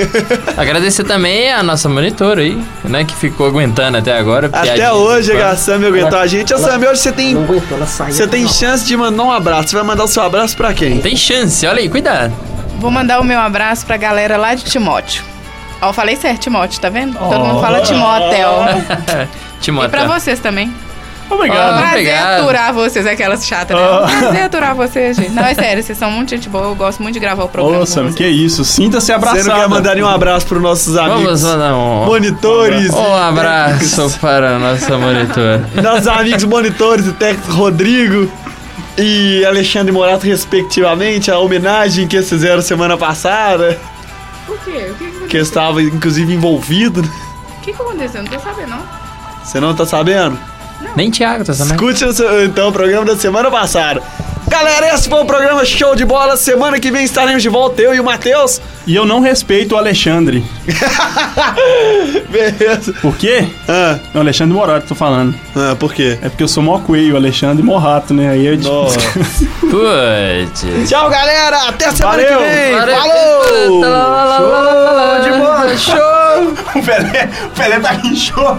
Speaker 4: Agradecer também a nossa monitora aí, né? Que ficou aguentando até agora.
Speaker 3: Até
Speaker 4: piadinha
Speaker 3: hoje,
Speaker 4: de fã.
Speaker 3: a Sammy aguentou a gente. Ô, Sammy, hoje você
Speaker 5: Não
Speaker 3: tem,
Speaker 5: aguentou, ela saiu.
Speaker 3: você tem
Speaker 5: Não.
Speaker 3: chance de mandar um abraço. Você vai mandar o seu abraço pra quem?
Speaker 4: Tem chance, olha aí, cuidado.
Speaker 6: Vou mandar o meu abraço pra galera lá de Timóteo. Ó, eu falei certo, Timóteo, tá vendo? Todo mundo fala Timóteo. E
Speaker 4: Timóteo.
Speaker 6: pra vocês também.
Speaker 2: Obrigado.
Speaker 4: Ah.
Speaker 6: Prazer
Speaker 4: obrigado.
Speaker 6: aturar vocês, aquelas chatas, né?
Speaker 2: Ah.
Speaker 6: Prazer aturar vocês, gente. Não, é sério, vocês são muito gente boa. Eu gosto muito de gravar o programa.
Speaker 2: Ô,
Speaker 6: com
Speaker 2: Sam,
Speaker 6: vocês.
Speaker 2: que isso. Sinta-se
Speaker 3: Você
Speaker 2: abraçado.
Speaker 3: não quer mandar nenhum abraço pros nossos
Speaker 4: Vamos
Speaker 3: amigos
Speaker 4: mandar um,
Speaker 3: monitores?
Speaker 4: um abraço para a nossa monitora.
Speaker 3: Nossos amigos monitores e técnicos Rodrigo e Alexandre Morato, respectivamente, a homenagem que eles fizeram semana passada,
Speaker 6: Por quê? O que, o
Speaker 3: que
Speaker 6: que,
Speaker 3: eu estava inclusive envolvido. né?
Speaker 6: o que que aconteceu? Não tô sabendo, não.
Speaker 3: Você não tá sabendo?
Speaker 4: Nem Thiago tá sabendo.
Speaker 3: Escute o seu- então o programa da semana passada. Galera, esse foi o programa Show de Bola. Semana que vem estaremos de volta, eu e o Matheus.
Speaker 2: E eu não respeito o Alexandre.
Speaker 3: Beleza.
Speaker 2: Por quê?
Speaker 3: Ah,
Speaker 2: É o Alexandre Morato, tô falando.
Speaker 3: ah, por quê?
Speaker 2: É porque eu sou mó coelho, Alexandre mó rato, né? Aí eu
Speaker 3: Nossa.
Speaker 4: Putz.
Speaker 3: Tchau, galera. Até semana
Speaker 2: Valeu.
Speaker 3: que vem.
Speaker 4: Valeu.
Speaker 3: Falou.
Speaker 4: Show de bola. Show.
Speaker 2: o Pelé, o Pelé tá em show.